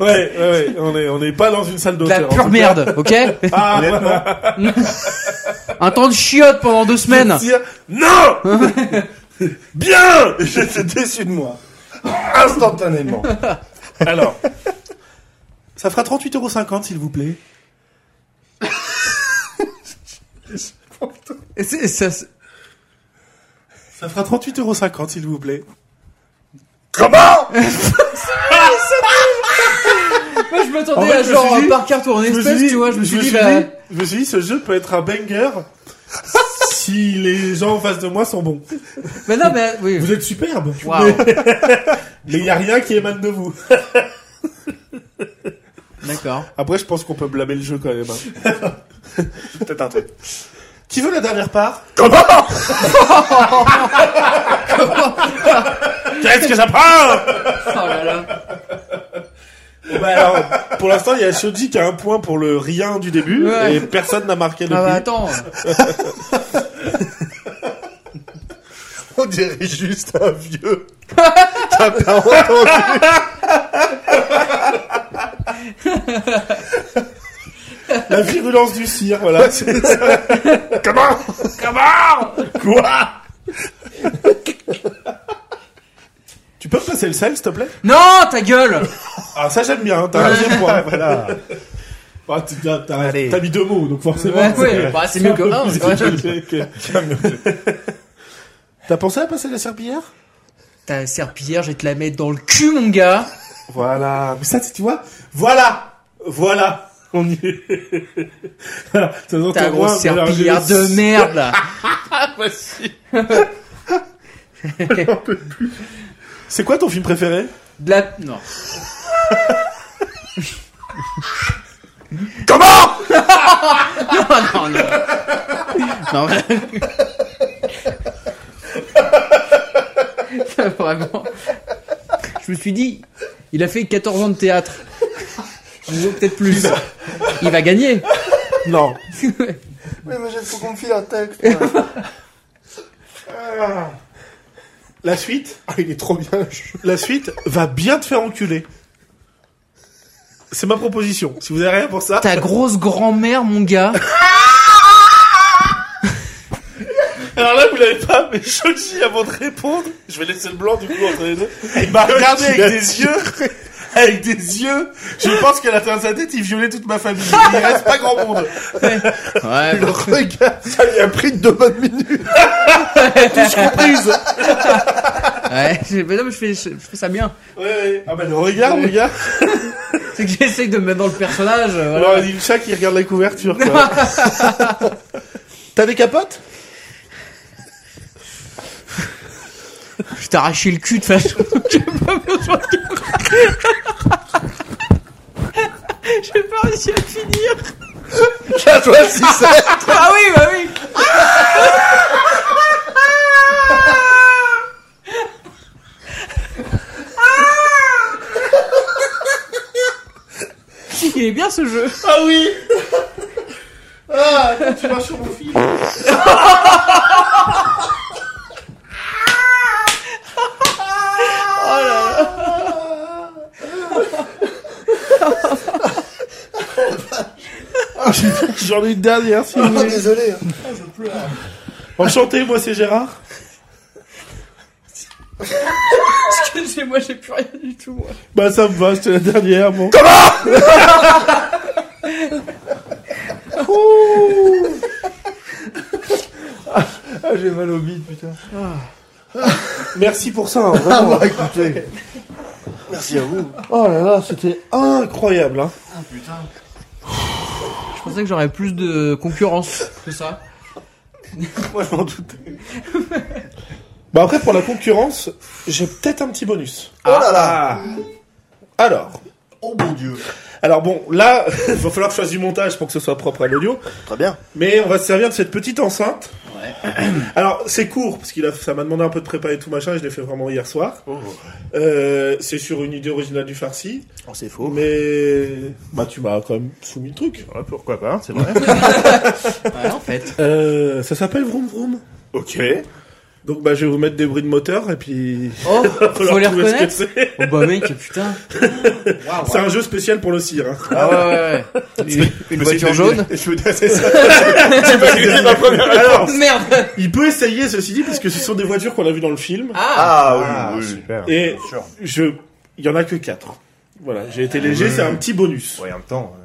A: Ouais, ouais, ouais. On est, on est pas dans une salle
B: la
A: d'hôtel.
B: pure merde, ok
A: Ah, *laughs*
D: Honnêtement.
B: Un temps de chiotte pendant deux semaines.
A: dire, non
B: *laughs*
A: Bien *laughs* J'étais déçu de moi.
C: Instantanément.
A: *laughs* Alors. Ça fera 38,50€ s'il vous plaît.
B: Et c'est- ça se-
A: Ça fera 38,50€ s'il vous plaît.
C: Comment
B: Moi, je m'attendais
A: En fait,
B: à
A: je me
B: genre
A: suis dit-
B: un par carte ou en
A: Je me
B: espèce,
A: suis dit-
B: tu vois. Je me suis dit,
A: dit-
B: bah,
A: je me suis dit, ce jeu peut être un banger *laughs* si les gens en face de moi sont bons.
B: mais non, mais oui.
A: Vous êtes superbe,
B: Waouh.
A: mais il n'y a rien qui émane de vous.
B: D'accord.
A: Après, je pense qu'on peut blâmer le jeu quand même. hein. *laughs*
C: Peut-être un truc.
A: Qui veut la dernière part
D: Qu'est-ce que ça prend
B: *laughs* Oh là là.
A: Bah alors, pour l'instant, il y a Shoji qui a un point pour le rien du début
B: Ouais.
A: et personne n'a marqué
B: Ah bah
A: depuis.
B: attends.
D: On dirait juste un vieux.
A: la virulence du cire, voilà.
D: Comment Comment Quoi
A: tu peux me passer le sel, s'il te plaît
B: Non, ta gueule.
A: Ah, ça j'aime bien. hein, T'as un deuxième
D: *laughs*
A: point.
D: Voilà.
A: Ah, tu- t'as- T'as
D: Allez.
A: t'as mis deux mots, donc forcément.
B: Ouais,
A: c'est-
B: ouais, bah, c'est mieux que
A: *laughs*
B: un. c'est vrai.
A: T'as pensé à passer la serpillière
B: Ta serpillière, je vais te la mettre dans le cul, mon gars.
A: Voilà. Mais ça, tu tu vois Voilà. Voilà. *laughs* On y est. Voilà. Ça sent
B: Ta
A: au
B: grosse
A: moins
B: serpillière
A: mélanger le-
B: de merde, *laughs* là. Ah,
A: C'est quoi ton film préféré
B: De la... Non. *laughs*
C: Comment
B: *laughs* Non, non, non. Non, mais... *laughs* Vraiment. Je me suis dit, il a fait 14 ans de théâtre. Je me disais peut-être plus. Il va *laughs* gagner.
A: Non.
C: Oui, mais j'ai faut qu'on me file un texte.
A: La suite
D: Ah, il est trop bien. je-
A: La suite va bien te faire enculer. C'est ma proposition. Si vous avez rien pour ça.
B: Ta grosse grand-mère, mon gars.
A: Alors là, vous l'avez pas, mais Shoji, avant de répondre, je vais laisser le blanc du coup entre les deux. Il m'a regardé avec des yeux. Avec des yeux. Je pense qu'à la fin de sa tête, il violait toute ma famille. Il reste pas grand monde.
B: Ouais,
C: Le regard, ça lui a pris deux bonnes
B: *laughs*
C: minutes.
B: ouais. j'ai- mais non, mais je fais, je fais ça bien.
A: Ouais, ouais. Ah bah le regard, mon gars.
B: C'est que j'essaye de me mettre dans le personnage. euh,
A: Alors,
B: Voilà.
A: il y a le chat qui regarde la couverture,
B: *laughs*
A: quoi. T'as des capotes
B: Je t'ai arraché le cul de façon. J'ai pas besoin *laughs* de. J'ai pas réussi à finir.
C: Ça, toi, si c'est.
B: Ah oui, bah oui. Ah Il est bien ce jeu.
A: Ah oui là Attends, Tu vas sur mon fil
C: Ah,
A: J'en ai une dernière si vous voulez. Ah,
C: désolé. hein.
A: Enchanté, moi c'est Gérard.
B: *laughs* moi, j'ai plus rien du tout. moi.
A: Bah ça me va, c'était la dernière. Bon. *laughs*
D: Ah, j'ai mal au bide, putain.
A: Ah. Merci pour ça, hein,
C: Ah
A: vraiment.
C: bah écoutez. Merci à vous.
A: Oh là là, c'était incroyable. Hein.
B: Je pensais que j'aurais plus de concurrence que ça.
C: *laughs* Moi je m'en doute.
A: Bah après pour la concurrence, j'ai peut-être un petit bonus. Ah.
C: Oh là là.
A: Alors,
C: Oh mon dieu.
A: alors bon, là, *laughs* il va falloir que je fasse du montage pour que ce soit propre à l'audio.
C: Très bien.
A: Mais on va se servir de cette petite enceinte. Alors c'est court parce qu'il a, ça m'a demandé un peu de prépa et tout machin. Et je l'ai fait vraiment hier soir. Euh, c'est sur une idée originale du farci.
C: Oh, c'est faux.
A: Mais bah tu m'as quand même soumis le truc.
D: Ouais, pourquoi pas, c'est *laughs* vrai.
B: Ouais,
A: *laughs*
B: en fait.
A: Euh, ça s'appelle Vroom Vroom.
D: ok.
A: Donc bah je vais vous mettre des bruits de moteur et puis
B: Oh,
A: *laughs*
B: faut
A: trouver ce
B: les
A: que
B: reconnaître.
A: c'est.
B: Oh bah mec, putain.
C: Ah,
A: C'est un jeu spécial pour le cire. hein.
B: Ah ouais, ouais, ouais. Une, une voiture jaune.
D: Je veux dire, c'est
B: *laughs*
D: ça.
A: Alors,
B: Oh, Merde.
A: il peut essayer ceci dit parce que ce sont des voitures qu'on a vues dans le film
B: Ah.
C: Ah, oui, oui.
D: super.
A: et
D: sûr.
A: je il y en a que 4. Voilà, j'ai été léger, c'est un petit bonus.
D: Ouais, en même temps.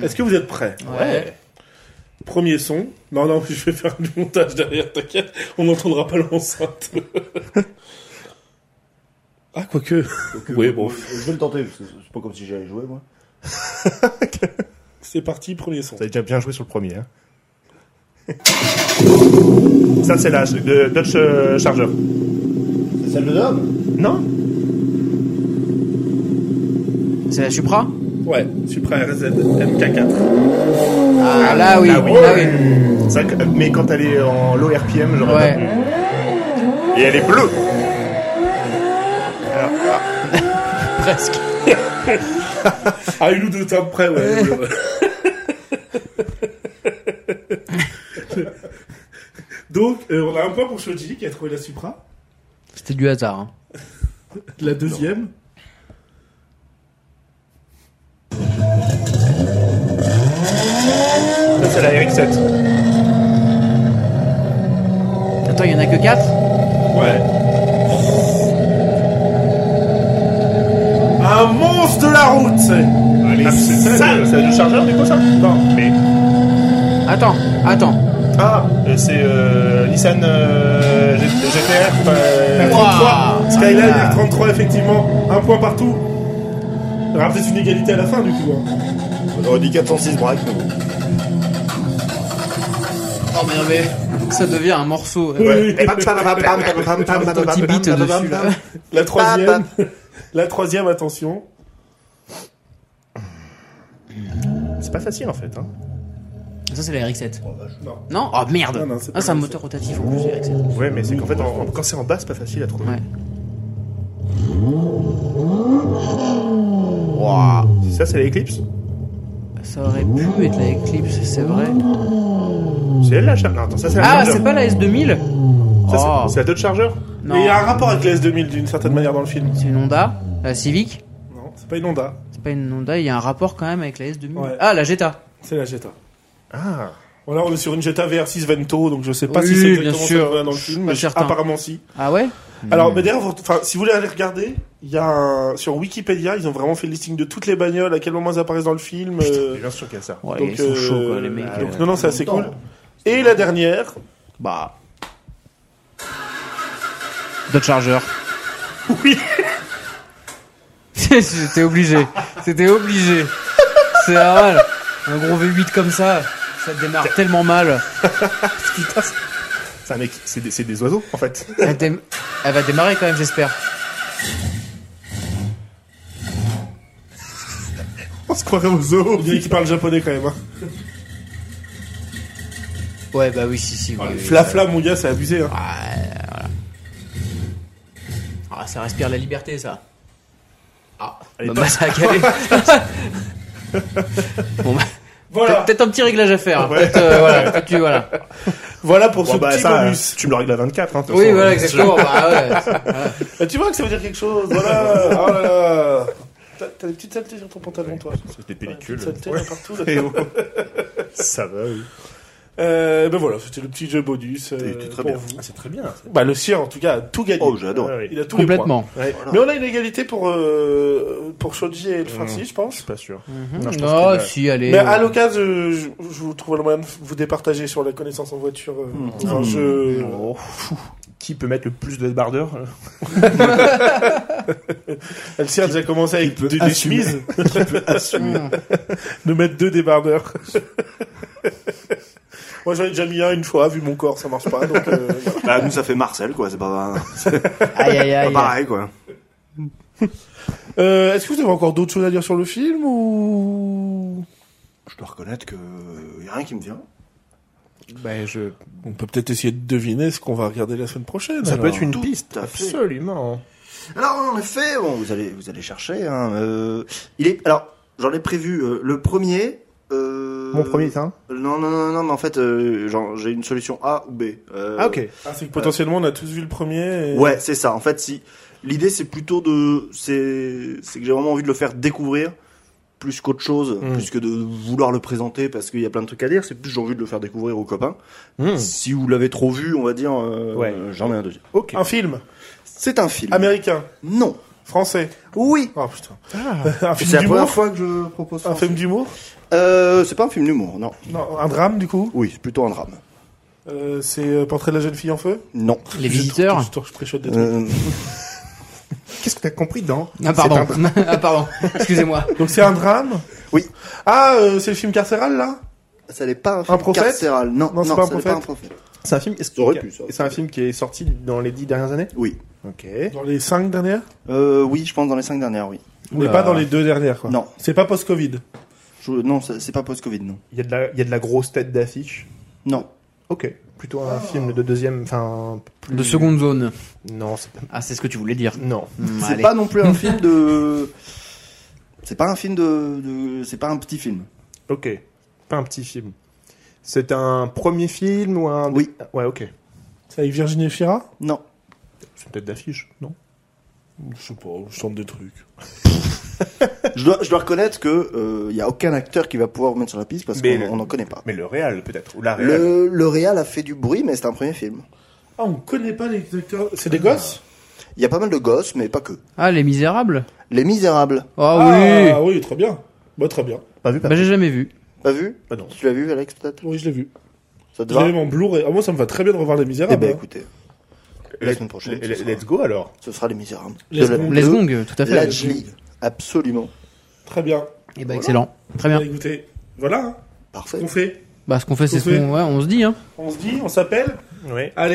D: euh,
A: Est-ce que vous êtes prêts
B: Ouais.
A: Premier son. Non non, je vais faire du montage derrière, t'inquiète, on n'entendra pas
B: *laughs*
A: l'enceinte. ah quoique. Oui, bon.
C: Je vais le tenter, parce que c'est pas comme si j'allais jouer, moi.
A: C'est parti, premier son.
D: T'as déjà bien joué sur le premier. *laughs* Hein. Ça, c'est la de Dodge euh, Charger.
C: C'est celle de l'homme
D: Non
B: C'est la Supra
A: Ouais, Supra RZ MK4.
B: Ah là oui,
D: Ah oui.
B: là oui.
D: C'est vrai que- mais quand elle est en low RPM, genre.
B: Ouais.
D: Et elle est bleue
B: Presque.
A: Ah, une ou deux timbres près, ouais. *laughs* Donc, euh, on a un point pour Shoji qui a trouvé la Supra.
B: C'était du hasard. Hein.
A: La deuxième.
D: Ça, c'est la RX7.
B: Attends, il y en a que 4
A: Ouais. Un monstre de la route c'est-
D: Allez,
A: c'est
D: Ah, c'est
A: ça,
D: ça, c'est la Dodge Charger, du coup, ça Non, mais.
B: Attends, attends.
D: Ah euh, C'est euh, Nissan euh, G- GTR. euh,
A: R33 Skyline R33, effectivement. Un point partout. Il y aura peut-être une égalité à la fin, du coup. hein.
C: On aurait dit 406 braques, mais bon.
B: Oh merde, mais ça devient un morceau.
A: Oui, oui.
D: Et pam, pam, pam, pam, pam, pam, pam, pam,
B: Un petit
D: pam, pam,
B: beat
D: pam, pam,
B: dessus, là.
D: pam.
A: La troisième. *laughs* La troisième, attention.
D: C'est pas facile en fait. Hein.
B: Ça, c'est la RX7.
A: Non.
B: Non Oh merde
A: Non, non, c'est pas
B: Ah, c'est un
A: la
B: moteur rotatif en plus, la RX7.
D: Ouais, mais c'est qu'en fait, en- en- quand c'est en bas, c'est pas facile à trouver.
B: Ouais.
D: Waouh. Ça, c'est l'Eclipse
B: Ça aurait pu être la Eclipse, c'est vrai.
D: C'est elle la Charger Non, attends, ça, c'est la
B: Ah,
D: Charger.
B: c'est pas la S2000
D: Ça, c'est-
B: Oh,
D: C'est la Dodge Charger
A: Mais il y
B: non.
A: a un rapport avec la S2000 d'une certaine manière dans le film.
B: C'est une Honda, la Civic.
A: Non, c'est pas une Honda,
B: C'est pas une Honda, il y a un rapport quand même avec la S2000.
A: Ouais.
B: Ah, la Jetta.
A: c'est la Jetta.
D: Ah
A: Voilà, on est sur une Jetta VR6 Vento, donc je sais pas
B: Oui,
A: si c'est
B: bien
A: exactement
B: sûr.
A: ça qu'on a dans le
B: Je suis
A: film,
B: pas
A: mais
B: certain.
A: apparemment si.
B: Ah ouais
A: Alors, mais d'ailleurs, votre- enfin, si vous voulez aller regarder, il y a un- sur Wikipédia, ils ont vraiment fait le listing de toutes les bagnoles, à quel moment elles apparaissent dans le film. euh,
D: Mais Bien sûr qu'il y a ça.
B: Ouais,
A: donc,
B: ils sont
A: euh,
B: chauds, quoi, les mecs.
A: donc,
B: euh.
A: non, non, c'est assez
C: longtemps.
A: cool. Et la dernière,
B: Bah. Dodge Charger. *laughs* Oui C'était obligé. C'était obligé. C'est mal. Un gros V8 comme ça, ça démarre tellement mal.
D: C'est un mec, c'est des, c'est des oiseaux en fait.
B: Elle, dé- elle va démarrer quand même, j'espère.
D: On se croirait aux zoo.
A: il y en a qui parle japonais quand même. Hein.
B: Ouais, bah oui, si, si. oui, oui.
A: Fla Fla, mon gars, c'est abusé. Hein.
B: Ah, ça respire la liberté, ça. Ah,
D: Elle est *laughs*
B: bah, bah, ça a calé. bon, bah, Peut-être-
A: Voilà,
B: Peut-être un petit réglage à faire.
D: Ouais.
B: Peut-être, euh, voilà, peut-être tu- voilà.
A: voilà pour ce
D: Bon, bah,
A: petit
D: ça,
A: bonus.
D: tu me le règles à 24. Hein, de toute
B: Oui,
D: façon.
B: voilà, exactement. Bah, ouais.
A: Ah, tu vois que ça veut dire quelque chose. Voilà.
B: *laughs*
A: Oh là là. T'as- T'as des petites saletés sur ton pantalon, toi.
F: C'était
A: Ouais, des petites
F: pellicule.
A: saletés là, partout. là.
D: Et oh. Ça va, oui.
A: Euh, ben voilà, c'était le petit jeu bonus euh,
F: C'était très
A: pour
F: bien.
A: vous.
D: Ah, c'est très bien.
A: Bah, le sien, en tout cas, a tout gagné.
C: Oh, j'adore.
D: Ah, oui.
A: Il a tous les points.
B: Complètement.
A: Ouais. Mais on a une égalité pour, euh, pour Shoji et le Francis, je
D: Je suis
A: pense.
D: pas sûr.
B: Mhm.
D: Non, je pense
B: Non,
D: qu'il a-
B: si, allez.
A: Mais
B: euh,
A: à l'occasion, euh, je, je vous trouve le moyen de vous départager sur la connaissance en voiture. euh, dans un
C: Mmh.
A: jeu. euh,
D: Oh, fou. Qui peut mettre le plus de débardeurs euh
A: Elle s'y a déjà commencé avec deux, des
C: assumer.
A: chemises, *laughs* Mmh.
B: hmm.
A: de mettre deux débardeurs. *laughs* Moi, j'en ai déjà mis un une fois, vu mon corps, ça marche pas. Donc, *laughs* euh, voilà.
C: Bah, nous, ça fait Marcel, quoi. C'est pas,
B: Aïe, aïe,
C: pas
B: aïe.
D: Bah,
C: pareil, quoi.
A: Euh, Est-ce que vous avez encore d'autres choses à dire sur le film ou
C: Je dois reconnaître que euh, y a rien qui me vient.
D: Ben, je...
A: Bah, On peut peut-être essayer de deviner ce qu'on va regarder la semaine prochaine.
D: Ça peut
A: alors.
D: être une
C: Tout
D: piste,
C: à fait.
D: absolument.
C: Alors en effet, bon, vous allez vous allez chercher. Hein, euh, il est alors j'en ai prévu euh, le premier. euh,
D: Mon premier, hein. c'est un
C: Non non non non, mais en fait euh, genre, j'ai une solution A ou B. Euh,
D: Ah, ok.
A: Ah, c'est que potentiellement on a tous vu le premier. et-
C: Ouais c'est ça. En fait si l'idée c'est plutôt de c'est c'est que j'ai vraiment envie de le faire découvrir plus qu'autre chose,
D: Mm.
C: plus que de vouloir le présenter parce qu'il y a plein de trucs à dire. C'est plus j'ai envie de le faire découvrir aux copains.
D: Hmm,
C: Si vous l'avez trop vu, on va dire euh,
D: Ouais.
C: euh, j'en ai un deuxième.
D: Ok.
A: Un film
C: C'est un film.
A: américain,
C: Non.
A: français.
C: Oui.
A: Oh putain. *laughs*
D: Ah.
A: Un
C: C'est
A: film
C: la première
A: d'humour.
C: fois que je propose. ça.
A: Un film d'humour.
C: Euh, c'est pas un film d'humour, non.
A: Non, un drame du coup.
C: Oui, c'est plutôt un drame.
A: Euh, c'est euh, Portrait de la jeune fille en feu.
C: Non.
B: Les
A: Je-
B: visiteurs.
A: Je, je, je préchote des trucs.
C: Euh,
D: Qu'est-ce que t'as compris dans
B: Ah, pardon. *laughs* ah, pardon. Excusez-moi.
A: Donc c'est un drame.
C: Oui.
A: Ah, euh, c'est le film carcéral là.
C: ça n'est pas un,
A: Un prophète
C: carcéral. Non,
A: Non,
C: non,
A: c'est
C: ça
A: pas un
C: n'est pas un prophète.
D: C'est un film. Est-ce
C: Ça aurait pu, ça.
D: C'est un film qui est sorti dans les dix dernières années.
C: Oui.
D: Ok.
A: Dans les cinq dernières.
C: Euh, oui, je pense dans les cinq dernières, oui.
A: Mais
D: Oula.
A: pas dans les deux dernières quoi.
C: Non.
A: C'est pas post-Covid.
C: Je- non, ça- c'est pas post-Covid, non.
D: Il y a de la, il y a de la grosse tête d'affiche.
C: Non.
D: Ok. Plutôt un film de deuxième, enfin. Plus...
B: De seconde zone.
D: Non, c'est pas...
B: Ah, c'est ce que tu voulais dire.
D: non.
B: Hmm,
C: c'est
B: allez.
C: pas non plus *laughs* un film de. C'est pas un film de. de- C'est pas un petit film.
D: Ok. Pas un petit film. C'est un premier film ou un.
C: Oui.
D: Ouais, ok.
A: C'est avec Virginie Fira.
C: Non.
D: C'est une tête d'affiche, non
A: Je sais pas. Je chante des trucs.
C: Je dois, je dois reconnaître que il y a aucun acteur qui va pouvoir vous mettre sur la piste parce
D: Mais
C: qu'on
D: le-
C: on n'en connaît pas.
D: Mais le réal, peut-être. Ou la réal.
C: Le, le Real a fait du bruit, mais c'est un premier film.
A: Ah, on connaît pas les acteurs. C'est des gosses.
C: Il y a pas mal de gosses, mais pas que.
B: Ah, les misérables
C: Les Misérables.
B: Ah,
A: Ah
B: oui.
A: oui, très bien. Bah très bien.
D: Pas vu, pas
B: Bah, j'ai jamais vu.
C: Pas vu
D: Ah non.
C: Tu l'as vu, Alex, peut-être
A: Oui, je l'ai vu.
C: Ça te
A: Je
C: va
A: l'ai vu en Blu-ray. Ah, moi, ça me va très bien de revoir Les Misérables.
C: Eh ben,
A: hein.
C: écoutez, la semaine prochaine,
D: Let's,
C: ce sera-
D: let's go alors.
C: ce sera Les Misérables.
A: Les
C: De la-
A: secondes.
B: Les
C: de
B: Gong, tout à fait.
C: Lajli. Absolument.
A: Très bien.
B: Et bah, excellent. Très bien.
A: Bah, écoutez, voilà. hein.
C: Parfait.
A: qu'on fait.
B: Bah, ce qu'on fait, c'est
A: Qu'on
B: ce qu'on. Ouais, on se dit, hein.
A: On se dit, on s'appelle.
D: Ouais.
A: Allez.